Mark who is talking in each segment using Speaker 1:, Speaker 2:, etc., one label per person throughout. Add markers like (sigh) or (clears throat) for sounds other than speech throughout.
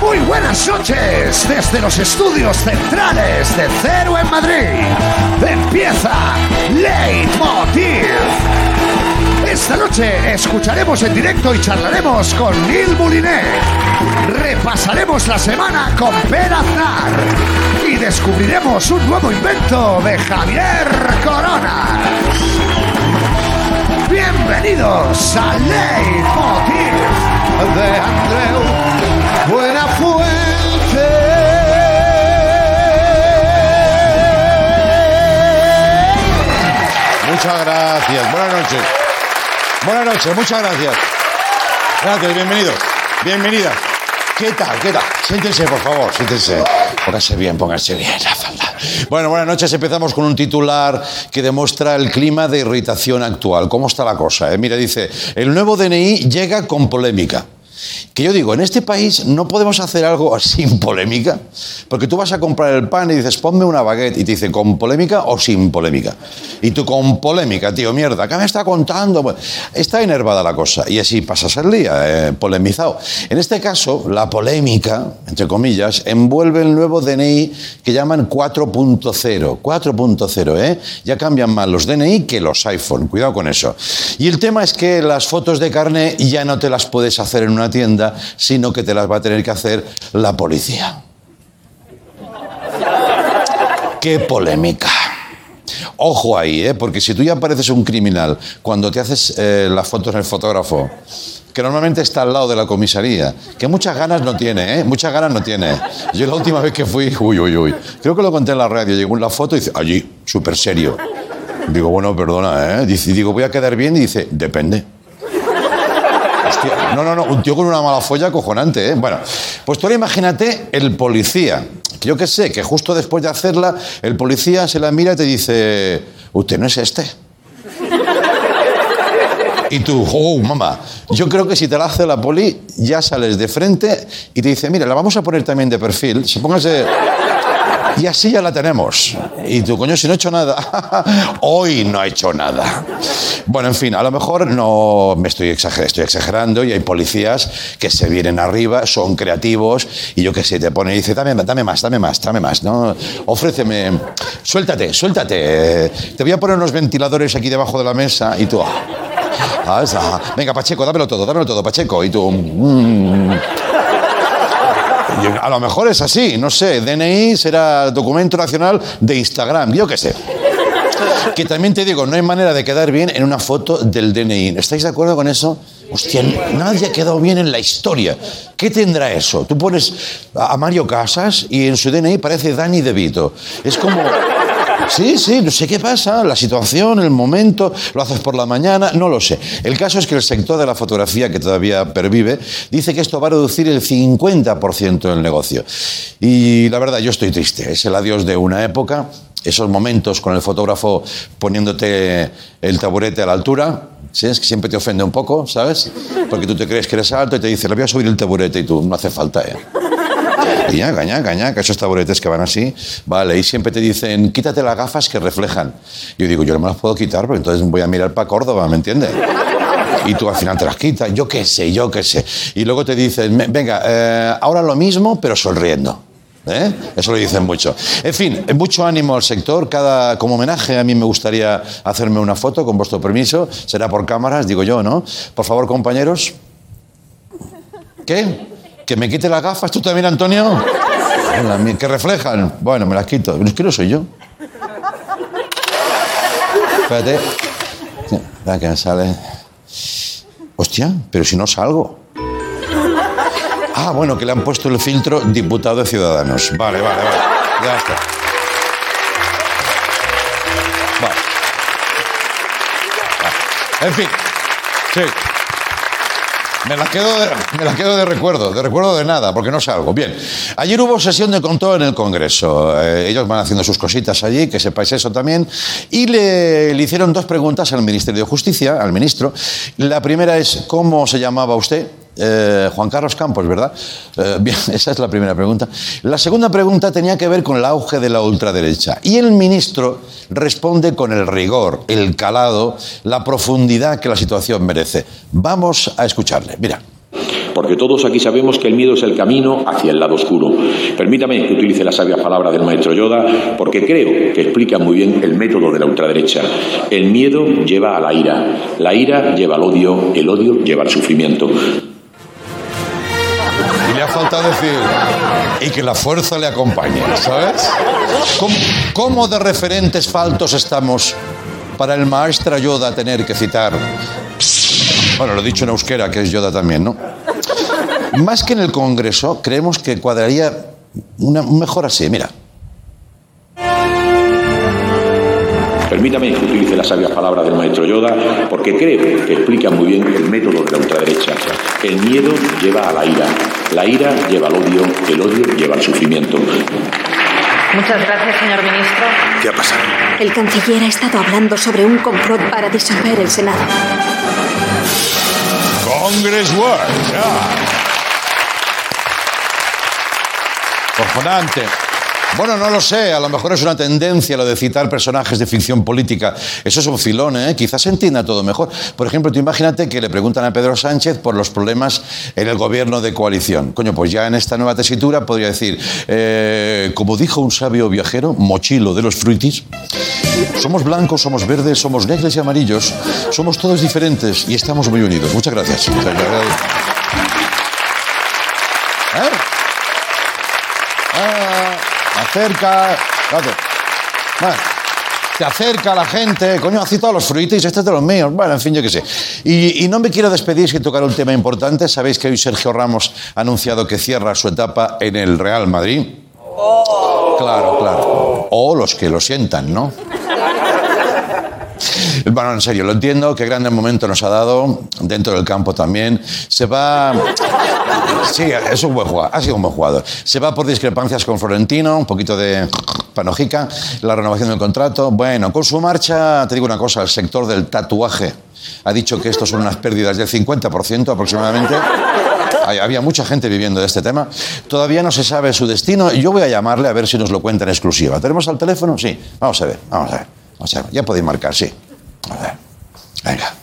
Speaker 1: Muy buenas noches desde los estudios centrales de Cero en Madrid. Empieza Leitmotiv. Esta noche escucharemos en directo y charlaremos con Neil Moulinet. Repasaremos la semana con Per Aznar y descubriremos un nuevo invento de Javier Corona. Bienvenidos a Leitmotiv de Andreu Buena Fuente.
Speaker 2: Muchas gracias, buenas noches. Buenas noches, muchas gracias. Gracias, bienvenidos. Bienvenidas. ¿Qué tal? ¿Qué tal? Siéntense, por favor, siéntense. Pónganse bien, pónganse bien, la falda. Bueno, buenas noches. Empezamos con un titular que demuestra el clima de irritación actual. ¿Cómo está la cosa? Eh? Mira, dice, el nuevo DNI llega con polémica. Que yo digo, en este país no podemos hacer algo (laughs) sin polémica, porque tú vas a comprar el pan y dices, ponme una baguette, y te dice, ¿con polémica o sin polémica? Y tú, con polémica, tío, mierda, ¿qué me está contando? Bueno, está enervada la cosa, y así pasas el día, eh, polemizado. En este caso, la polémica, entre comillas, envuelve el nuevo DNI que llaman 4.0. 4.0, ¿eh? Ya cambian más los DNI que los iPhone, cuidado con eso. Y el tema es que las fotos de carne ya no te las puedes hacer en una tienda, sino que te las va a tener que hacer la policía. ¡Qué polémica! Ojo ahí, ¿eh? porque si tú ya pareces un criminal cuando te haces eh, las fotos en el fotógrafo, que normalmente está al lado de la comisaría, que muchas ganas no tiene, ¿eh? muchas ganas no tiene. Yo la última vez que fui, uy, uy, uy, creo que lo conté en la radio, llegó una foto y dice, allí, súper serio. Digo, bueno, perdona, ¿eh? Dice, digo, voy a quedar bien y dice, depende. No, no, no, un tío con una mala folla cojonante, ¿eh? Bueno, pues tú ahora imagínate el policía. Que yo qué sé, que justo después de hacerla, el policía se la mira y te dice, usted no es este. Y tú, oh, mamá, yo creo que si te la hace la poli, ya sales de frente y te dice, mira, la vamos a poner también de perfil, si póngase... (laughs) Y así ya la tenemos. Y tú, coño, si no he hecho nada. (laughs) Hoy no he hecho nada. Bueno, en fin, a lo mejor no me estoy exagerando, estoy exagerando y hay policías que se vienen arriba, son creativos y yo qué sé, te pone y dice, dame, dame más, dame más, dame más, ¿no? Ofréceme, suéltate, suéltate. Te voy a poner unos ventiladores aquí debajo de la mesa y tú. Ah, ah, venga, Pacheco, dámelo todo, dámelo todo, Pacheco. Y tú. Mm, a lo mejor es así, no sé. DNI será documento nacional de Instagram, yo qué sé. Que también te digo, no hay manera de quedar bien en una foto del DNI. ¿Estáis de acuerdo con eso? Hostia, nadie ha quedado bien en la historia. ¿Qué tendrá eso? Tú pones a Mario Casas y en su DNI parece Dani De Vito. Es como. Sí, sí, no sé qué pasa, la situación, el momento, lo haces por la mañana, no lo sé. El caso es que el sector de la fotografía, que todavía pervive, dice que esto va a reducir el 50% del negocio. Y la verdad, yo estoy triste, es el adiós de una época, esos momentos con el fotógrafo poniéndote el taburete a la altura, ¿sí? es que siempre te ofende un poco, ¿sabes? Porque tú te crees que eres alto y te dice, le voy a subir el taburete y tú, no hace falta, ¿eh? Ñaca, ñaca, ñaca, esos taburetes que van así, vale, y siempre te dicen, quítate las gafas que reflejan. Yo digo, yo no me las puedo quitar, pero entonces voy a mirar para Córdoba, ¿me entiendes? Y tú al final te las quitas, yo qué sé, yo qué sé. Y luego te dicen, venga, eh, ahora lo mismo, pero sonriendo. ¿Eh? Eso lo dicen mucho. En fin, mucho ánimo al sector. Cada, como homenaje, a mí me gustaría hacerme una foto, con vuestro permiso. Será por cámaras, digo yo, ¿no? Por favor, compañeros. ¿Qué? ¿Que me quite las gafas tú también, Antonio? ¿Que reflejan? Bueno, me las quito. Es que no soy yo. Espérate. La que sale. Hostia, pero si no salgo. Ah, bueno, que le han puesto el filtro diputado de Ciudadanos. Vale, vale, vale. Ya está. Vale. vale. En fin. Sí. Me la, quedo de, (laughs) me la quedo de recuerdo, de recuerdo de nada, porque no salgo. Bien, ayer hubo sesión de control en el Congreso. Eh, ellos van haciendo sus cositas allí, que sepáis eso también. Y le, le, hicieron dos preguntas al Ministerio de Justicia, al ministro. La primera es, ¿cómo se llamaba usted? Eh, Juan Carlos Campos, ¿verdad? Eh, bien, (laughs) esa es la primera pregunta. La segunda pregunta tenía que ver con el auge de la ultraderecha. Y el ministro responde con el rigor, el calado, la profundidad que la situación merece. Vamos a escucharle. Mira.
Speaker 3: porque todos aquí sabemos que el miedo es el camino hacia el lado oscuro. Permítame que utilice las sabias palabras del maestro Yoda, porque creo que explica muy bien el método de la ultraderecha. El miedo lleva a la ira, la ira lleva al odio, el odio lleva al sufrimiento.
Speaker 2: Y le ha faltado decir, y que la fuerza le acompañe, ¿sabes? ¿Cómo, cómo de referentes faltos estamos para el maestro Yoda tener que citar? Bueno, lo he dicho en euskera, que es Yoda también, ¿no? Más que en el Congreso, creemos que cuadraría una, mejor así, mira.
Speaker 3: Permítame que utilice las sabias palabras del maestro Yoda, porque creo que explica muy bien el método de la ultraderecha. El miedo lleva a la ira, la ira lleva al odio, el odio lleva al sufrimiento.
Speaker 4: Muchas gracias, señor ministro.
Speaker 5: ¿Qué ha pasado?
Speaker 6: El canciller ha estado hablando sobre un complot para disolver el Senado.
Speaker 2: Congress World. Cojonante. Bueno, no lo sé, a lo mejor es una tendencia lo de citar personajes de ficción política. Eso es un filón, ¿eh? Quizás se entienda todo mejor. Por ejemplo, tú imagínate que le preguntan a Pedro Sánchez por los problemas en el gobierno de coalición. Coño, pues ya en esta nueva tesitura podría decir, eh, como dijo un sabio viajero, mochilo de los fruitis, somos blancos, somos verdes, somos negros y amarillos, somos todos diferentes y estamos muy unidos. Muchas gracias. O sea, yo agradezco. ¿Eh? Ah, acerca. Gracias. Bueno, te acerca a la gente. Coño, ha citado a los fruitis, este es de los míos. Bueno, en fin, yo qué sé. Y, y no me quiero despedir sin tocar un tema importante. Sabéis que hoy Sergio Ramos ha anunciado que cierra su etapa en el Real Madrid. Claro, claro. O los que lo sientan, ¿no? Bueno, en serio, lo entiendo, qué grande momento nos ha dado, dentro del campo también. Se va... Sí, es un buen jugador, ha sido un buen jugador. Se va por discrepancias con Florentino, un poquito de panojica, la renovación del contrato. Bueno, con su marcha, te digo una cosa, el sector del tatuaje ha dicho que esto son unas pérdidas del 50% aproximadamente. Hay- Había mucha gente viviendo de este tema. Todavía no se sabe su destino. Yo voy a llamarle a ver si nos lo cuenta en exclusiva. ¿Tenemos al teléfono? Sí. Vamos a ver, vamos a ver. Vamos a ver. Ya podéis marcar, sí. A ver. Venga.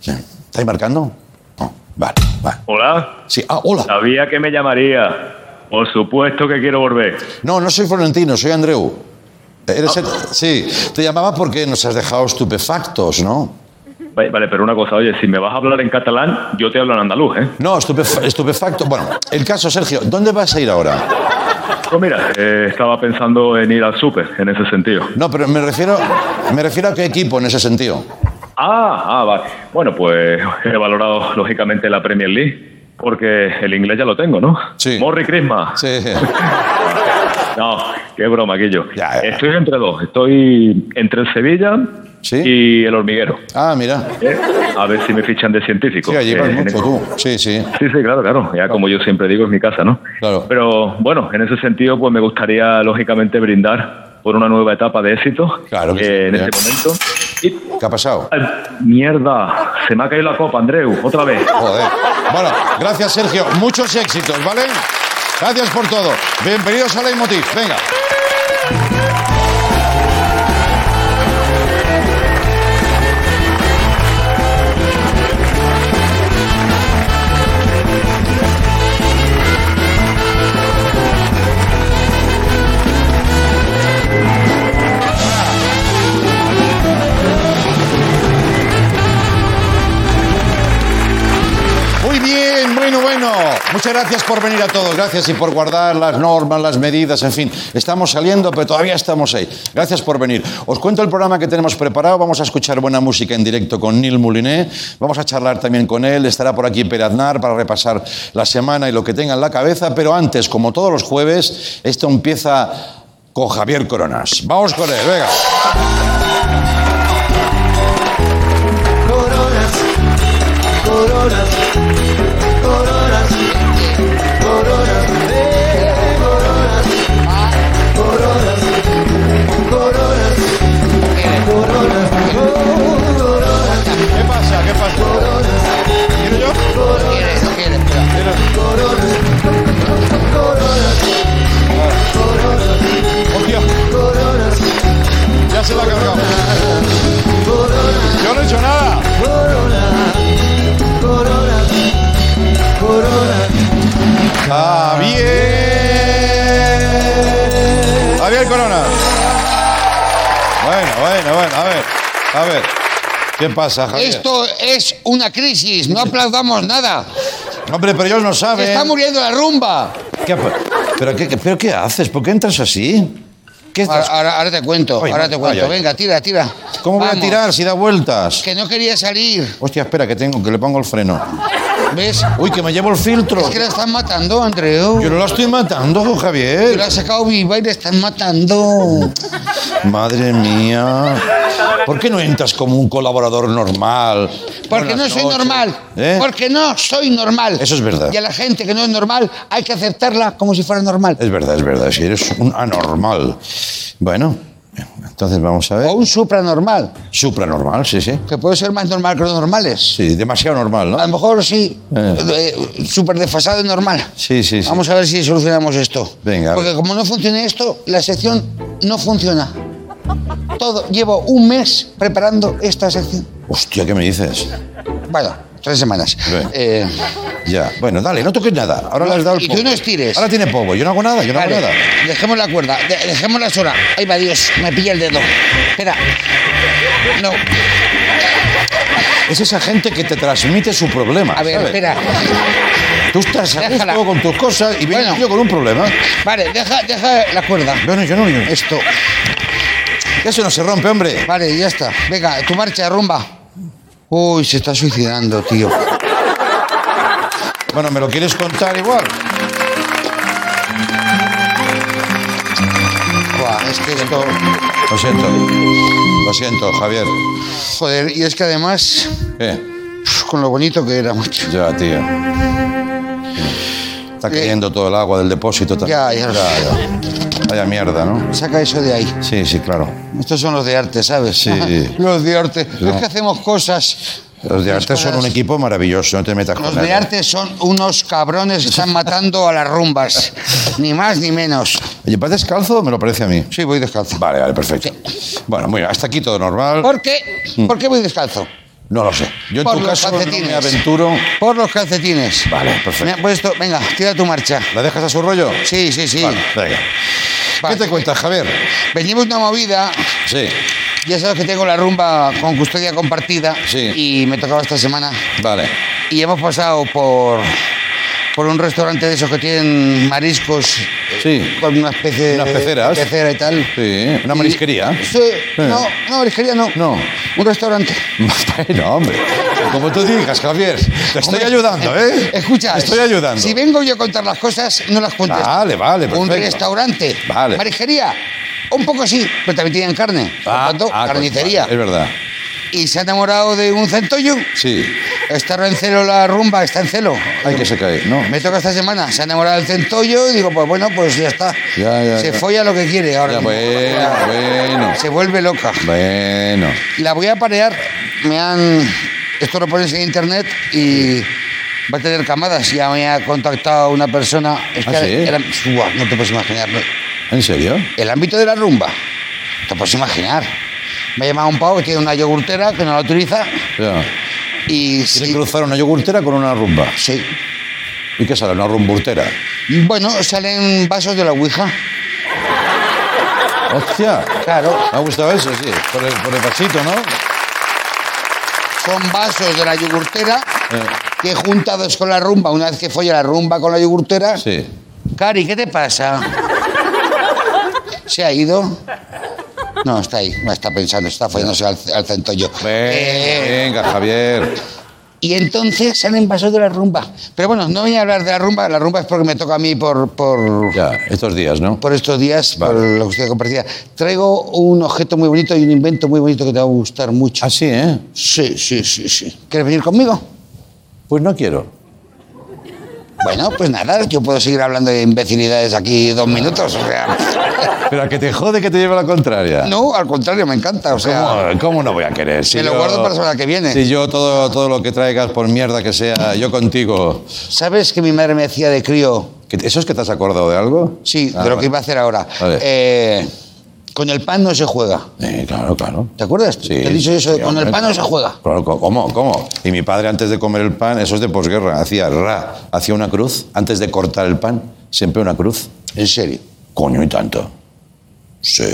Speaker 2: Sí. ¿Estáis marcando? No. Vale, vale.
Speaker 7: Hola,
Speaker 2: Sí. Ah, hola.
Speaker 7: sabía que me llamaría. Por supuesto que quiero volver.
Speaker 2: No, no soy Florentino, soy Andreu. Eres el- Sí. Te llamaba porque nos has dejado estupefactos, ¿no?
Speaker 7: Va- Vale, pero una cosa, oye, si me vas a hablar en catalán, yo te hablo en andaluz, ¿eh?
Speaker 2: No, estupef- estupefacto. Bueno, el caso, Sergio, ¿dónde vas a ir ahora?
Speaker 7: Pues mira, eh, estaba pensando en ir al súper, en ese sentido.
Speaker 2: No, pero me refiero, me refiero a qué equipo en ese sentido.
Speaker 7: Ah, ah, vale. Bueno, pues he valorado lógicamente la Premier League, porque el inglés ya lo tengo, ¿no?
Speaker 2: Sí.
Speaker 7: Morri Christmas.
Speaker 2: Sí.
Speaker 7: No, qué broma, Guillo.
Speaker 2: Ya, ya.
Speaker 7: Estoy entre dos. Estoy entre el Sevilla
Speaker 2: Sí.
Speaker 7: y el hormiguero.
Speaker 2: Ah, mira.
Speaker 7: ¿eh? A ver si me fichan de científico.
Speaker 2: Sí, allí vas
Speaker 7: Eh, en
Speaker 2: mucho
Speaker 7: el-
Speaker 2: tú. Sí, sí.
Speaker 7: Sí, sí, claro, claro. Ya como yo siempre digo, es mi casa, ¿no?
Speaker 2: Claro.
Speaker 7: Pero bueno, en ese sentido, pues me gustaría lógicamente brindar por una nueva etapa de éxito
Speaker 2: Claro que
Speaker 7: eh,
Speaker 2: sí,
Speaker 7: en
Speaker 2: ya.
Speaker 7: este momento. Y-
Speaker 2: ¿Qué ha pasado?
Speaker 7: ¡Ay, mierda, se me ha caído la copa, Andreu, otra vez.
Speaker 2: Joder. Bueno, gracias, Sergio. Muchos éxitos, ¿vale? Gracias por todo. Bienvenidos a Leitmotiv. Venga. Muy bien, bueno, bueno. Muchas gracias por venir a todos. Gracias y por guardar las normas, las medidas, en fin. Estamos saliendo, pero todavía estamos ahí. Gracias por venir. Os cuento el programa que tenemos preparado. Vamos a escuchar buena música en directo con Neil Mouliné. Vamos a charlar también con él. Estará por aquí Peraznar para repasar la semana y lo que tenga en la cabeza. Pero antes, como todos los jueves, esto empieza con Javier Coronas. Vamos con él, venga.
Speaker 8: Coronas, coronas, coronas, coronas, eh, coronas, coronas, coronas, coronas, oh, coronas,
Speaker 2: ¿Qué pasa? ¿Qué pasa? ¿Quiero yo? Hostia. Ya se la ha cargado. Javier. Javier Corona. Bueno, bueno, bueno, a ver. A ver. ¿Qué pasa, Javier?
Speaker 5: Esto es una crisis, no aplaudamos
Speaker 2: (laughs)
Speaker 5: nada.
Speaker 2: Hombre, pero ellos no
Speaker 5: Se
Speaker 2: saben.
Speaker 5: está muriendo la rumba.
Speaker 2: ¿Qué pa- pero, qué, qué- ¿Pero qué haces? ¿Por qué entras así? ¿Qué
Speaker 5: Ahora,
Speaker 2: estás-
Speaker 5: ahora- ahora te cuento,
Speaker 2: Ay,
Speaker 5: ahora
Speaker 2: no,
Speaker 5: te cuento.
Speaker 2: ay, ay.
Speaker 5: Venga, tira, tira.
Speaker 2: ¿Cómo voy a
Speaker 5: ah, Vamos,
Speaker 2: tirar si da vueltas?
Speaker 5: Que no quería salir,
Speaker 2: Hostia, espera, que tengo, que le pongo el freno.
Speaker 5: ¿ves?
Speaker 2: Uy, que me llevo el filtro.
Speaker 5: Es que la están matando, Andreu.
Speaker 2: Yo no la estoy matando,
Speaker 5: Yo la
Speaker 2: Javier.
Speaker 5: he sacado viva y la están matando.
Speaker 2: Madre mía. ¿Por qué no entras como un colaborador normal?
Speaker 5: Porque
Speaker 2: Buenas
Speaker 5: no soy
Speaker 2: noches.
Speaker 5: normal.
Speaker 2: ¿Eh?
Speaker 5: Porque no soy normal.
Speaker 2: Eso es verdad.
Speaker 5: Y a la gente que no es normal hay que aceptarla como si fuera normal.
Speaker 2: Es verdad, es verdad. Si eres un anormal. Bueno, entonces vamos a
Speaker 5: O
Speaker 2: ver.
Speaker 5: un supranormal,
Speaker 2: Supranormal, sí, sí.
Speaker 5: que puede ser más normal que los normales.
Speaker 2: Sí, demasiado normal,
Speaker 5: A lo
Speaker 2: ¿no?
Speaker 5: mejor sí,
Speaker 2: Eh.
Speaker 5: eh, súper desfasado y normal.
Speaker 2: Sí, sí, sí.
Speaker 5: Vamos a ver si solucionamos esto.
Speaker 2: Venga, a
Speaker 5: Porque
Speaker 2: ver.
Speaker 5: como no funciona esto, la sección no funciona. Todo, llevo un mes preparando esta sección.
Speaker 2: Hostia, ¿qué me dices?
Speaker 5: Bueno, tres semanas.
Speaker 2: Bien.
Speaker 5: Eh,
Speaker 2: Ya. Bueno, dale, no toques nada. Ahora le has dado el
Speaker 5: Y tú
Speaker 2: povo.
Speaker 5: no estires.
Speaker 2: Ahora tiene povo. Yo no hago nada, yo no
Speaker 5: vale,
Speaker 2: hago nada.
Speaker 5: dejemos la cuerda, de- dejemos la sola. Ahí va Dios, me pilla el dedo. Espera. No,
Speaker 2: Es esa gente que te transmite su problema.
Speaker 5: a ver,
Speaker 2: ¿sabes?
Speaker 5: espera.
Speaker 2: Tú estás a
Speaker 5: Déjala.
Speaker 2: gusto con tus cosas y viene
Speaker 5: Bueno.
Speaker 2: un tío con un problema.
Speaker 5: Vale, deja, deja la cuerda.
Speaker 2: Bueno, yo no. Yo,
Speaker 5: Esto.
Speaker 2: eso no se rompe, hombre.
Speaker 5: Vale, ya está. Venga, tu marcha, rumba. Uy, se está suicidando, tío.
Speaker 2: Bueno, me lo quieres contar igual.
Speaker 5: Buah, es que esto.
Speaker 2: Lo siento. Lo siento, Javier.
Speaker 5: Joder, y es que además,
Speaker 2: Eh,
Speaker 5: uf, con lo bonito que era, macho.
Speaker 2: ya, tío. Está cayendo todo el agua del depósito también.
Speaker 5: Eh. Ya, ya.
Speaker 2: ya. Vaya mierda, ¿no?
Speaker 5: Saca eso de ahí.
Speaker 2: Sí, sí, claro.
Speaker 5: Estos son los de arte, ¿sabes?
Speaker 2: Sí.
Speaker 5: (laughs) los de arte.
Speaker 2: No.
Speaker 5: Es que hacemos cosas.
Speaker 2: Los de arte son un equipo maravilloso, no te metas con
Speaker 5: Los de
Speaker 2: nadie.
Speaker 5: arte son unos cabrones que están matando a las rumbas. Ni más ni menos.
Speaker 2: Oye, ¿vas descalzo o me lo parece a mí?
Speaker 5: Sí, voy descalzo.
Speaker 2: Vale, vale, perfecto. Bueno, muy bien, hasta aquí todo normal.
Speaker 5: ¿Por qué? ¿Por qué voy descalzo?
Speaker 2: No lo sé. Yo en
Speaker 5: Por
Speaker 2: tu
Speaker 5: los
Speaker 2: caso no
Speaker 5: calcetines.
Speaker 2: me aventuro.
Speaker 5: Por los calcetines.
Speaker 2: Vale,
Speaker 5: Me
Speaker 2: perfecto.
Speaker 5: ha puesto, venga, tira tu marcha.
Speaker 2: ¿La dejas a su rollo?
Speaker 5: Sí, sí, sí.
Speaker 2: Vale, venga.
Speaker 5: Vale.
Speaker 2: ¿Qué te cuentas, Javier?
Speaker 5: Venimos de una movida.
Speaker 2: Sí.
Speaker 5: Ya sabes que tengo la rumba con custodia compartida.
Speaker 2: Sí.
Speaker 5: Y me tocaba esta semana.
Speaker 2: Vale.
Speaker 5: Y hemos pasado por, por un restaurante de esos que tienen mariscos. eh,
Speaker 2: (laughs) Sí.
Speaker 5: Con una especie de.
Speaker 2: Unas peceras.
Speaker 5: Pecera y tal.
Speaker 2: Sí, una
Speaker 5: Y-
Speaker 2: marisquería.
Speaker 5: Sí. No, no, marisquería no.
Speaker 2: No.
Speaker 5: Un restaurante.
Speaker 2: Bueno, hombre. Como tú digas, Javier. Te estoy
Speaker 5: Hombre,
Speaker 2: ayudando,
Speaker 5: eh,
Speaker 2: ¿eh?
Speaker 5: Escucha.
Speaker 2: Te estoy ayudando.
Speaker 5: Si vengo yo a contar las cosas, no las cuentes.
Speaker 2: Vale, vale,
Speaker 5: Un
Speaker 2: perfecto.
Speaker 5: restaurante.
Speaker 2: Vale.
Speaker 5: Marisquería. Un poco sí, pero también tienen carne. Por
Speaker 2: Ah,
Speaker 5: tanto,
Speaker 2: ah,
Speaker 5: carnicería.
Speaker 2: Es verdad.
Speaker 5: Y se ha enamorado de un centollo.
Speaker 2: Sí.
Speaker 5: Está en celo la rumba, está en celo.
Speaker 2: Hay que se cae, ¿no?
Speaker 5: Me toca esta semana, se ha enamorado del centollo y digo, pues bueno, pues ya está.
Speaker 2: Ya, ya,
Speaker 5: se
Speaker 2: ya.
Speaker 5: folla lo que quiere ahora.
Speaker 2: Ya,
Speaker 5: mismo.
Speaker 2: bueno,
Speaker 5: Ya.
Speaker 2: bueno.
Speaker 5: Se vuelve loca.
Speaker 2: Bueno.
Speaker 5: La voy a parear, me han... Esto lo pones en internet y va a tener camadas. Ya me ha contactado una persona... Es
Speaker 2: ¿Ah,
Speaker 5: que
Speaker 2: sí?
Speaker 5: era- Buah, no te puedes imaginar. ¿no?
Speaker 2: ¿En serio?
Speaker 5: El ámbito de la rumba, te puedes imaginar. Me ha llamado un pavo que tiene una yogurtera que no la utiliza
Speaker 2: Ya.
Speaker 5: y...
Speaker 2: Quieren
Speaker 5: sí-
Speaker 2: cruzar una yogurtera con una rumba.
Speaker 5: sí.
Speaker 2: ¿Y qué sale? Una rumburtera.
Speaker 5: Bueno, salen vasos de la Ouija.
Speaker 2: ¡Hostia!
Speaker 5: Claro,
Speaker 2: Me ha gustado eso, sí. Por el, por el pasito, ¿no?
Speaker 5: son vasos de la yogurtera
Speaker 2: Eh.
Speaker 5: que juntados con la rumba, una vez que folla la rumba con la yogurtera.
Speaker 2: Sí.
Speaker 5: Cari, ¿qué te pasa? ¿Se ha ido? No, está ahí, no está pensando, está follándose al, al centollo. Eh,
Speaker 2: Venga, Javier.
Speaker 5: y entonces salen vasos de la rumba. Pero bueno, no voy a hablar de la rumba, la rumba es porque me toca a mí por, por,
Speaker 2: Ya, estos días, ¿no?
Speaker 5: por estos días,
Speaker 2: Vale.
Speaker 5: por la cuestión compartida. Traigo un objeto muy bonito y un invento muy bonito que te va a gustar mucho.
Speaker 2: Así, ¿eh?
Speaker 5: Sí, sí, sí, sí. ¿Quieres venir conmigo?
Speaker 2: Pues no quiero.
Speaker 5: Bueno, pues nada, yo puedo seguir hablando de imbecilidades aquí dos minutos. O sea,
Speaker 2: Pero a que te jode que te lleve la contraria.
Speaker 5: no, al contrario, me encanta. O sea,
Speaker 2: ¿Cómo, cómo no voy a querer? Si
Speaker 5: Me lo guardo para la semana que viene.
Speaker 2: Si yo todo, todo lo que traigas, por mierda que sea, yo contigo.
Speaker 5: ¿sabes que mi madre me decía de crío?
Speaker 2: ¿Que- ¿Eso es que te has acordado de algo?
Speaker 5: Sí,
Speaker 2: Ah,
Speaker 5: de lo
Speaker 2: vale.
Speaker 5: que iba a hacer ahora.
Speaker 2: Vale.
Speaker 5: Eh, Con el pan no se juega.
Speaker 2: Eh, claro, claro.
Speaker 5: ¿Te acuerdas?
Speaker 2: Sí,
Speaker 5: Te he dicho eso, de
Speaker 2: sí,
Speaker 5: con el
Speaker 2: hombre.
Speaker 5: pan no se juega.
Speaker 2: Claro, co- ¿Cómo? ¿Cómo? Y mi padre antes de comer el pan, eso es de posguerra, hacía ra, hacía una cruz, antes de cortar el pan, siempre una cruz.
Speaker 5: En serio.
Speaker 2: Coño, y tanto. Sí.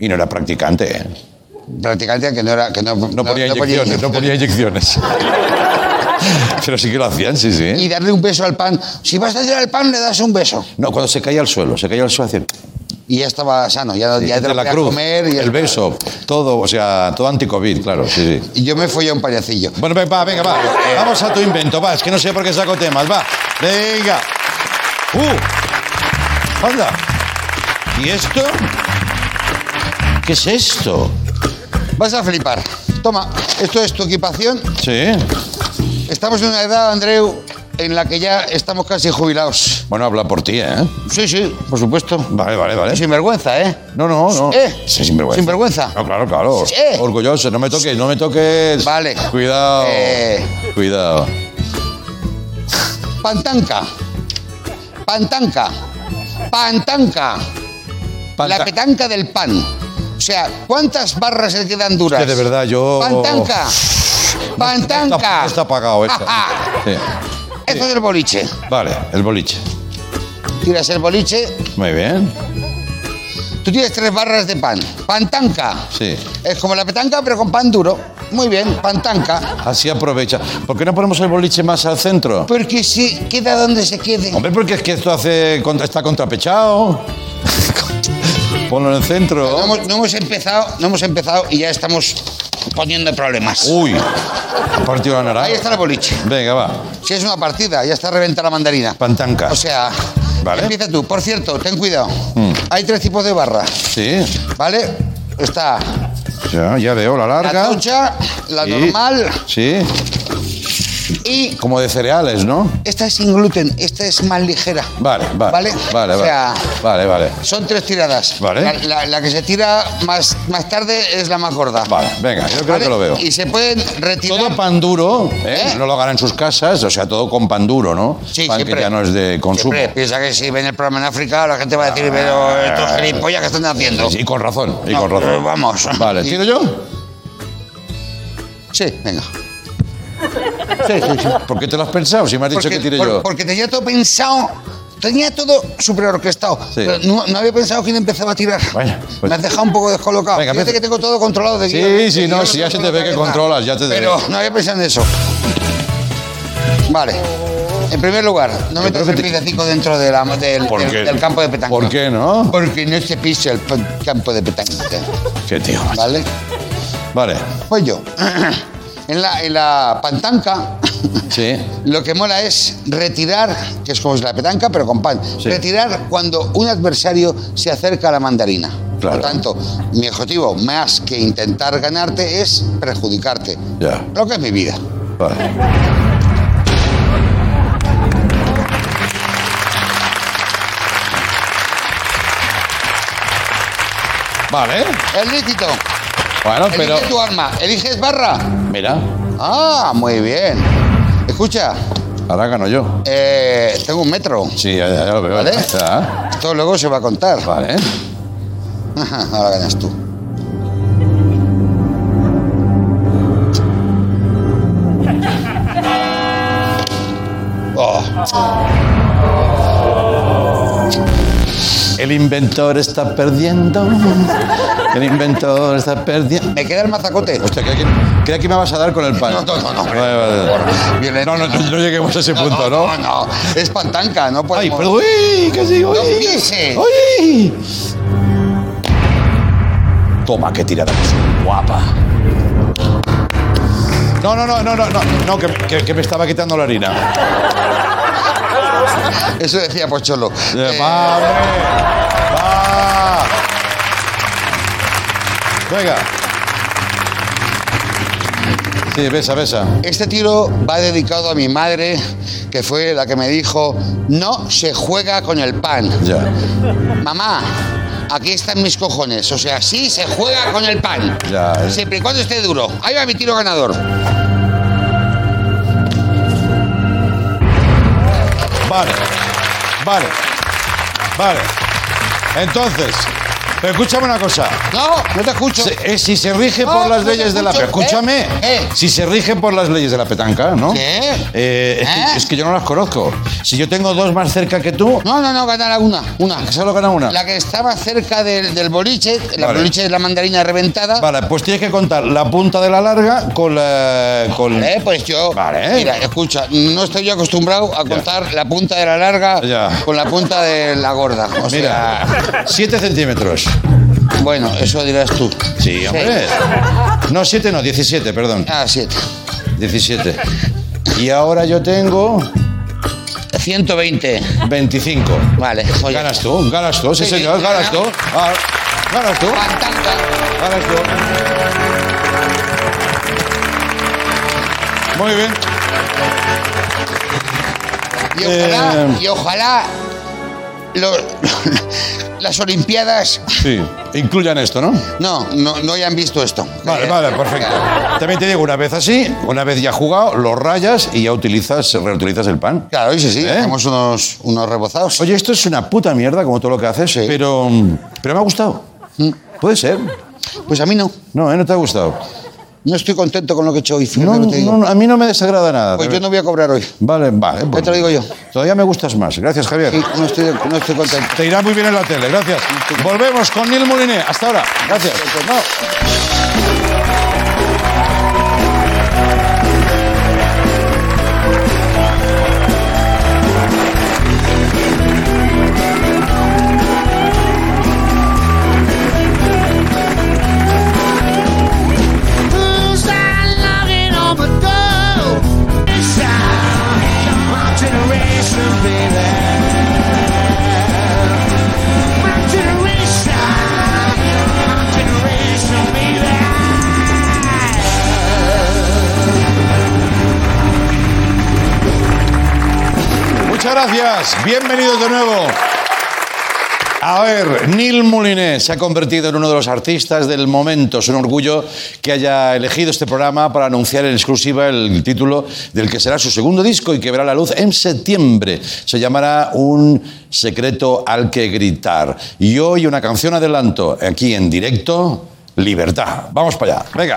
Speaker 2: Y no era practicante, ¿eh?
Speaker 5: Practicante que no era. Que no,
Speaker 2: No ponía inyecciones, no ponía inyecciones. (laughs) Pero sí que lo hacían, sí,
Speaker 5: Y
Speaker 2: sí.
Speaker 5: darle un beso al pan. Si vas a tirar al pan, le das un beso.
Speaker 2: No, cuando se caía al suelo, se caía al suelo, hacían...
Speaker 5: Y ya estaba sano, ya, ya te
Speaker 2: de
Speaker 5: lo
Speaker 2: la
Speaker 5: podías
Speaker 2: cruz,
Speaker 5: comer. Y
Speaker 2: el beso, todo, o sea, todo anti-COVID, claro, sí, sí.
Speaker 5: Y yo me fui a un payacillo.
Speaker 2: Bueno, ve, va, venga, va, vamos a tu invento, va, es que no sé por qué saco temas, va, venga. ¡Uh! ¡Anda! ¿Y esto? ¿Qué es esto?
Speaker 5: Vas a flipar. Toma, esto es tu equipación.
Speaker 2: Sí.
Speaker 5: Estamos en una edad, Andreu, en la que ya estamos casi jubilados.
Speaker 2: Bueno, habla por ti, ¿eh?
Speaker 5: Sí, sí, por supuesto.
Speaker 2: Vale, vale, vale.
Speaker 5: Sin vergüenza, ¿eh?
Speaker 2: No, no, no.
Speaker 5: Eh.
Speaker 2: Sí, sinvergüenza.
Speaker 5: Sinvergüenza.
Speaker 2: No, claro, claro.
Speaker 5: Eh.
Speaker 2: Orgulloso, no me toques, no me toques.
Speaker 5: Vale.
Speaker 2: Cuidado.
Speaker 5: Eh.
Speaker 2: Cuidado.
Speaker 5: Pantanca. Pantanca. Pantanca. La
Speaker 2: Panta-
Speaker 5: petanca del pan. O sea, ¿cuántas barras se quedan duras?
Speaker 2: Es que de verdad, yo-
Speaker 5: Pantanca. Pantanca.
Speaker 2: Está, está apagado esto.
Speaker 5: Ajá.
Speaker 2: Sí.
Speaker 5: Esto es el boliche.
Speaker 2: Vale, el boliche.
Speaker 5: Tiras el boliche,
Speaker 2: Muy bien.
Speaker 5: tú tienes tres barras de pan. Pantanca.
Speaker 2: Sí.
Speaker 5: Es como la petanca, pero con pan duro. Muy bien, pantanca.
Speaker 2: Así aprovecha. ¿Por qué no ponemos el boliche más al centro?
Speaker 5: Porque se queda donde se quede.
Speaker 2: Hombre, porque es que esto hace contra- está contrapechado. (laughs) Ponlo en el
Speaker 5: No
Speaker 2: centro.
Speaker 5: hemos, no hemos empezado, no hemos empezado y ya estamos poniendo problemas.
Speaker 2: Uy, ha partido la
Speaker 5: Ahí
Speaker 2: naranja.
Speaker 5: está el boliche.
Speaker 2: Venga, va.
Speaker 5: Si es una partida, ya está reventada la mandarina.
Speaker 2: Pantanca.
Speaker 5: O sea,
Speaker 2: Vale. Mm.
Speaker 5: empieza tú. Por cierto, ten cuidado. Hay tres tipos de barra,
Speaker 2: Sí.
Speaker 5: ¿vale? Está
Speaker 2: Ya, ya veo la
Speaker 5: la
Speaker 2: larga.
Speaker 5: tocha, la
Speaker 2: Sí.
Speaker 5: normal
Speaker 2: Sí.
Speaker 5: y
Speaker 2: Como de cereales, ¿no?
Speaker 5: esta es sin gluten, esta es más ligera.
Speaker 2: Vale, vale.
Speaker 5: Vale,
Speaker 2: vale.
Speaker 5: o sea,
Speaker 2: vale, vale.
Speaker 5: Son tres tiradas.
Speaker 2: Vale.
Speaker 5: La, la- la que se tira más, más tarde es la más gorda.
Speaker 2: Vale, venga, yo creo
Speaker 5: ¿Vale?
Speaker 2: que lo veo.
Speaker 5: Y se pueden retirar.
Speaker 2: Todo pan duro, ¿eh?
Speaker 5: ¿Eh?
Speaker 2: No lo hagan en sus casas, o sea, todo con pan duro, ¿no?
Speaker 5: Sí,
Speaker 2: pan
Speaker 5: siempre.
Speaker 2: que ya no es de consumo.
Speaker 5: Siempre piensa que si ven el programa en África, la gente va a decir, pero estos gilipollas que están haciendo.
Speaker 2: Y con razón, Ah. y
Speaker 5: No,
Speaker 2: con razón.
Speaker 5: pero vamos.
Speaker 2: Vale,
Speaker 5: Y-
Speaker 2: ¿tiro yo?
Speaker 5: Sí, venga.
Speaker 2: Sí, sí, sí. ¿Por qué te lo has pensado si me has dicho que tire
Speaker 5: por-
Speaker 2: yo?
Speaker 5: porque tenía todo pensado, tenía todo superorquestado. Pero no, no había pensado quién empezaba a tirar.
Speaker 2: Bueno, pues-
Speaker 5: Me has dejado un poco descolocado.
Speaker 2: Venga,
Speaker 5: Fíjate
Speaker 2: empieza.
Speaker 5: que tengo todo controlado de
Speaker 2: Sí,
Speaker 5: guión.
Speaker 2: sí,
Speaker 5: De
Speaker 2: no,
Speaker 5: guión
Speaker 2: sí, ya se
Speaker 5: tengo
Speaker 2: te ve
Speaker 5: en la
Speaker 2: que
Speaker 5: cabeza.
Speaker 2: controlas, ya te
Speaker 5: Pero
Speaker 2: diré.
Speaker 5: no había pensado en eso. Vale. En primer lugar, no
Speaker 2: Yo
Speaker 5: metas
Speaker 2: creo
Speaker 5: el
Speaker 2: que te-
Speaker 5: pizacinco dentro de la- del,
Speaker 2: ¿Por
Speaker 5: del-
Speaker 2: qué?
Speaker 5: del campo de petanca.
Speaker 2: ¿Por qué no?
Speaker 5: Porque no se pisa el pe- campo de petanca.
Speaker 2: Qué tío. macho.
Speaker 5: ¿Vale?
Speaker 2: Vale.
Speaker 5: Pues yo. (clears throat) En la, en la pantanca.
Speaker 2: Sí.
Speaker 5: Lo que mola es retirar, que es como es la petanca, pero con pan.
Speaker 2: Sí.
Speaker 5: Retirar cuando un adversario se acerca a la mandarina.
Speaker 2: Claro.
Speaker 5: Por tanto, mi objetivo, más que intentar ganarte, es perjudicarte.
Speaker 2: Ya.
Speaker 5: Lo que es mi vida.
Speaker 2: Vale. Vale.
Speaker 5: Es lícito.
Speaker 2: Bueno,
Speaker 5: Elige
Speaker 2: Ah, pero.
Speaker 5: tu arma. ¿Eliges barra?
Speaker 2: Mira,
Speaker 5: Ah, muy bien. Escucha,
Speaker 2: ahora gano yo.
Speaker 5: eh, tengo un metro.
Speaker 2: Sí, ya, ya, ya lo veo.
Speaker 5: ¿Vale?
Speaker 2: Ya.
Speaker 5: Esto luego se va a contar.
Speaker 2: Vale.
Speaker 5: (laughs) Ahora ganas tú.
Speaker 2: El inventor está perdiendo. El inventor está perdiendo.
Speaker 5: Me queda el mazacote.
Speaker 2: Hostia, creía que, creía que me vas a dar con el pan.
Speaker 5: No, no, no, no.
Speaker 2: Vale, vale, vale.
Speaker 5: Violencia.
Speaker 2: No, no, no, no lleguemos a ese punto, ¿no?
Speaker 5: No, no, es pantanca, no
Speaker 2: Ay,
Speaker 5: podemos.
Speaker 2: pero uy, casi, uy.
Speaker 5: No pise.
Speaker 2: Uy. Toma, qué tirada más guapa. No, no, no, no, no, no, no, que, que- que me estaba quitando la harina.
Speaker 5: Eso decía Pocholo.
Speaker 2: Eh,
Speaker 5: Eh,
Speaker 2: va, hombre. Va. Venga. Sí, besa, besa.
Speaker 5: Este tiro va dedicado a mi madre, que fue la que me dijo, no se juega con el pan.
Speaker 2: Ya,
Speaker 5: Mamá, aquí están mis cojones. O sea, sí se juega con el pan.
Speaker 2: ya. eh.
Speaker 5: Siempre y cuando esté duro. Ahí va mi tiro ganador.
Speaker 2: Vale, vale, vale. Entonces, Escúchame una cosa.
Speaker 5: No, no te escucho.
Speaker 2: Se- eh, si se rige
Speaker 5: No,
Speaker 2: por las
Speaker 5: no te
Speaker 2: leyes de la
Speaker 5: escucho.
Speaker 2: petanca. Escúchame.
Speaker 5: Eh, eh.
Speaker 2: Si se rige por las leyes de la petanca, ¿no?
Speaker 5: ¿Qué?
Speaker 2: Eh, es,
Speaker 5: ¿Eh?
Speaker 2: que, es que yo no las conozco. Si yo tengo dos más cerca que tú,
Speaker 5: No, no, no, ganará una, una.
Speaker 2: que solo gana una.
Speaker 5: La que estaba cerca del, del boliche, la
Speaker 2: Vale.
Speaker 5: boliche es la mandarina reventada.
Speaker 2: Vale, pues tienes que contar la punta de la larga con la. Con...
Speaker 5: Eh, pues yo.
Speaker 2: Vale.
Speaker 5: Mira, escucha, no estoy yo acostumbrado a contar la punta de la larga
Speaker 2: Ya.
Speaker 5: con la punta de la gorda. O sea,
Speaker 2: Mira, 7 centímetros.
Speaker 5: bueno, eso dirás tú.
Speaker 2: Sí, hombre.
Speaker 5: Seis.
Speaker 2: No, 7 no, 17, perdón.
Speaker 5: Ah, siete.
Speaker 2: 17. Y ahora yo tengo
Speaker 5: 120.
Speaker 2: 25.
Speaker 5: Vale, oye.
Speaker 2: Ganas tú, ganas tú, sí
Speaker 5: Sí, sí,
Speaker 2: señor,
Speaker 5: sí,
Speaker 2: ganas tú.
Speaker 5: gana.
Speaker 2: Ah, Ganas tú,
Speaker 5: Fantasta.
Speaker 2: ganas tú. Muy bien.
Speaker 5: Y ojalá,
Speaker 2: Eh.
Speaker 5: y ojalá lo- (laughs) las Olimpiadas
Speaker 2: Sí, incluyan esto, ¿no?
Speaker 5: no, no, no hayan visto esto.
Speaker 2: Vale,
Speaker 5: Eh,
Speaker 2: vale, perfecto. También te digo, una vez así, una vez ya jugado, lo rayas y ya utilizas, reutilizas el pan.
Speaker 5: Claro, y sí, sí,
Speaker 2: ¿Eh?
Speaker 5: hacemos unos, unos rebozados.
Speaker 2: Oye, esto es una puta mierda como todo lo que haces,
Speaker 5: Sí.
Speaker 2: pero, pero me ha gustado. Puede ser.
Speaker 5: Pues a mí no.
Speaker 2: No, ¿eh? no te ha gustado.
Speaker 5: No estoy contento con lo que he hecho hoy. fíjate
Speaker 2: No,
Speaker 5: lo que te digo.
Speaker 2: no, a mí no me desagrada nada.
Speaker 5: pues
Speaker 2: de
Speaker 5: yo
Speaker 2: ver-
Speaker 5: no voy a cobrar hoy.
Speaker 2: Vale, vale. pues-
Speaker 5: te lo digo yo.
Speaker 2: Todavía me gustas más. Gracias, Javier.
Speaker 5: Sí, no, estoy, no estoy contento.
Speaker 2: Te irá muy bien en la tele, gracias. Volvemos con Neil Moliné. Hasta ahora. Gracias. No. Muchas gracias. Bienvenidos de nuevo. A ver, Neil Mouliné se ha convertido en uno de los artistas del momento. Es un orgullo que haya elegido este programa para anunciar en exclusiva el título del que será su segundo disco y que verá la luz en septiembre. Se llamará Un secreto al que gritar. Y hoy una canción adelanto, aquí en directo, Libertad. Vamos para allá. Venga.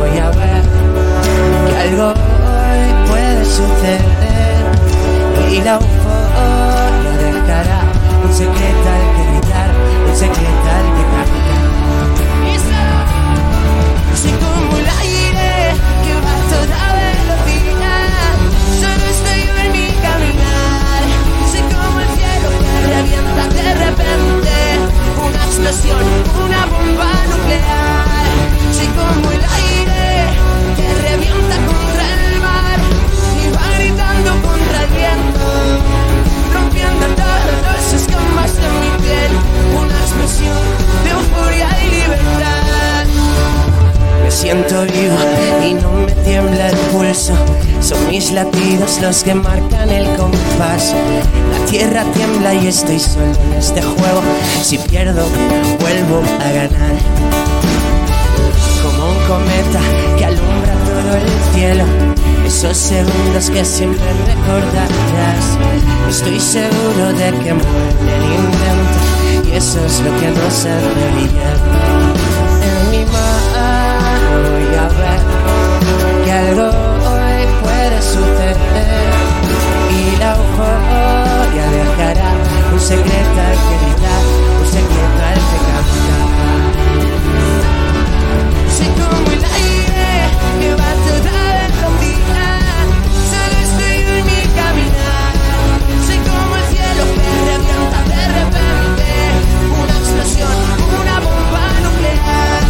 Speaker 9: voy a ver que algo hoy puede suceder y la euforia dejará un secreto al que gritar, un secreto al que cantar. Y será así como el aire que va a toda velocidad. Solo estoy yo en mi caminar. Soy como el cielo que revienta de repente. Una explosión, una bomba nuclear. Soy como el aire que revienta contra el mar. Y va gritando contra el viento. Rompiendo todos los escamas de mi piel. Una explosión de euforia y libertad. Me siento vivo y no me tiembla el pulso. Son mis latidos los que marcan el compás. La tierra tiembla y estoy solo en este juego. Si pierdo, vuelvo a ganar. Como un cometa que alumbra todo el cielo. Esos segundos que siempre recordarás. Estoy seguro de que muere el intento. Y eso es lo que nos hace brillar en mi mano voy a ver que algo hoy puede suceder y la euforia dejará un secreto al que gritar, un secreto al que cantar. Soy como el aire que va a cerrar la velocidad. Solo estoy en mi caminar. Soy como el cielo que revienta de repente. Una explosión, una bomba nuclear.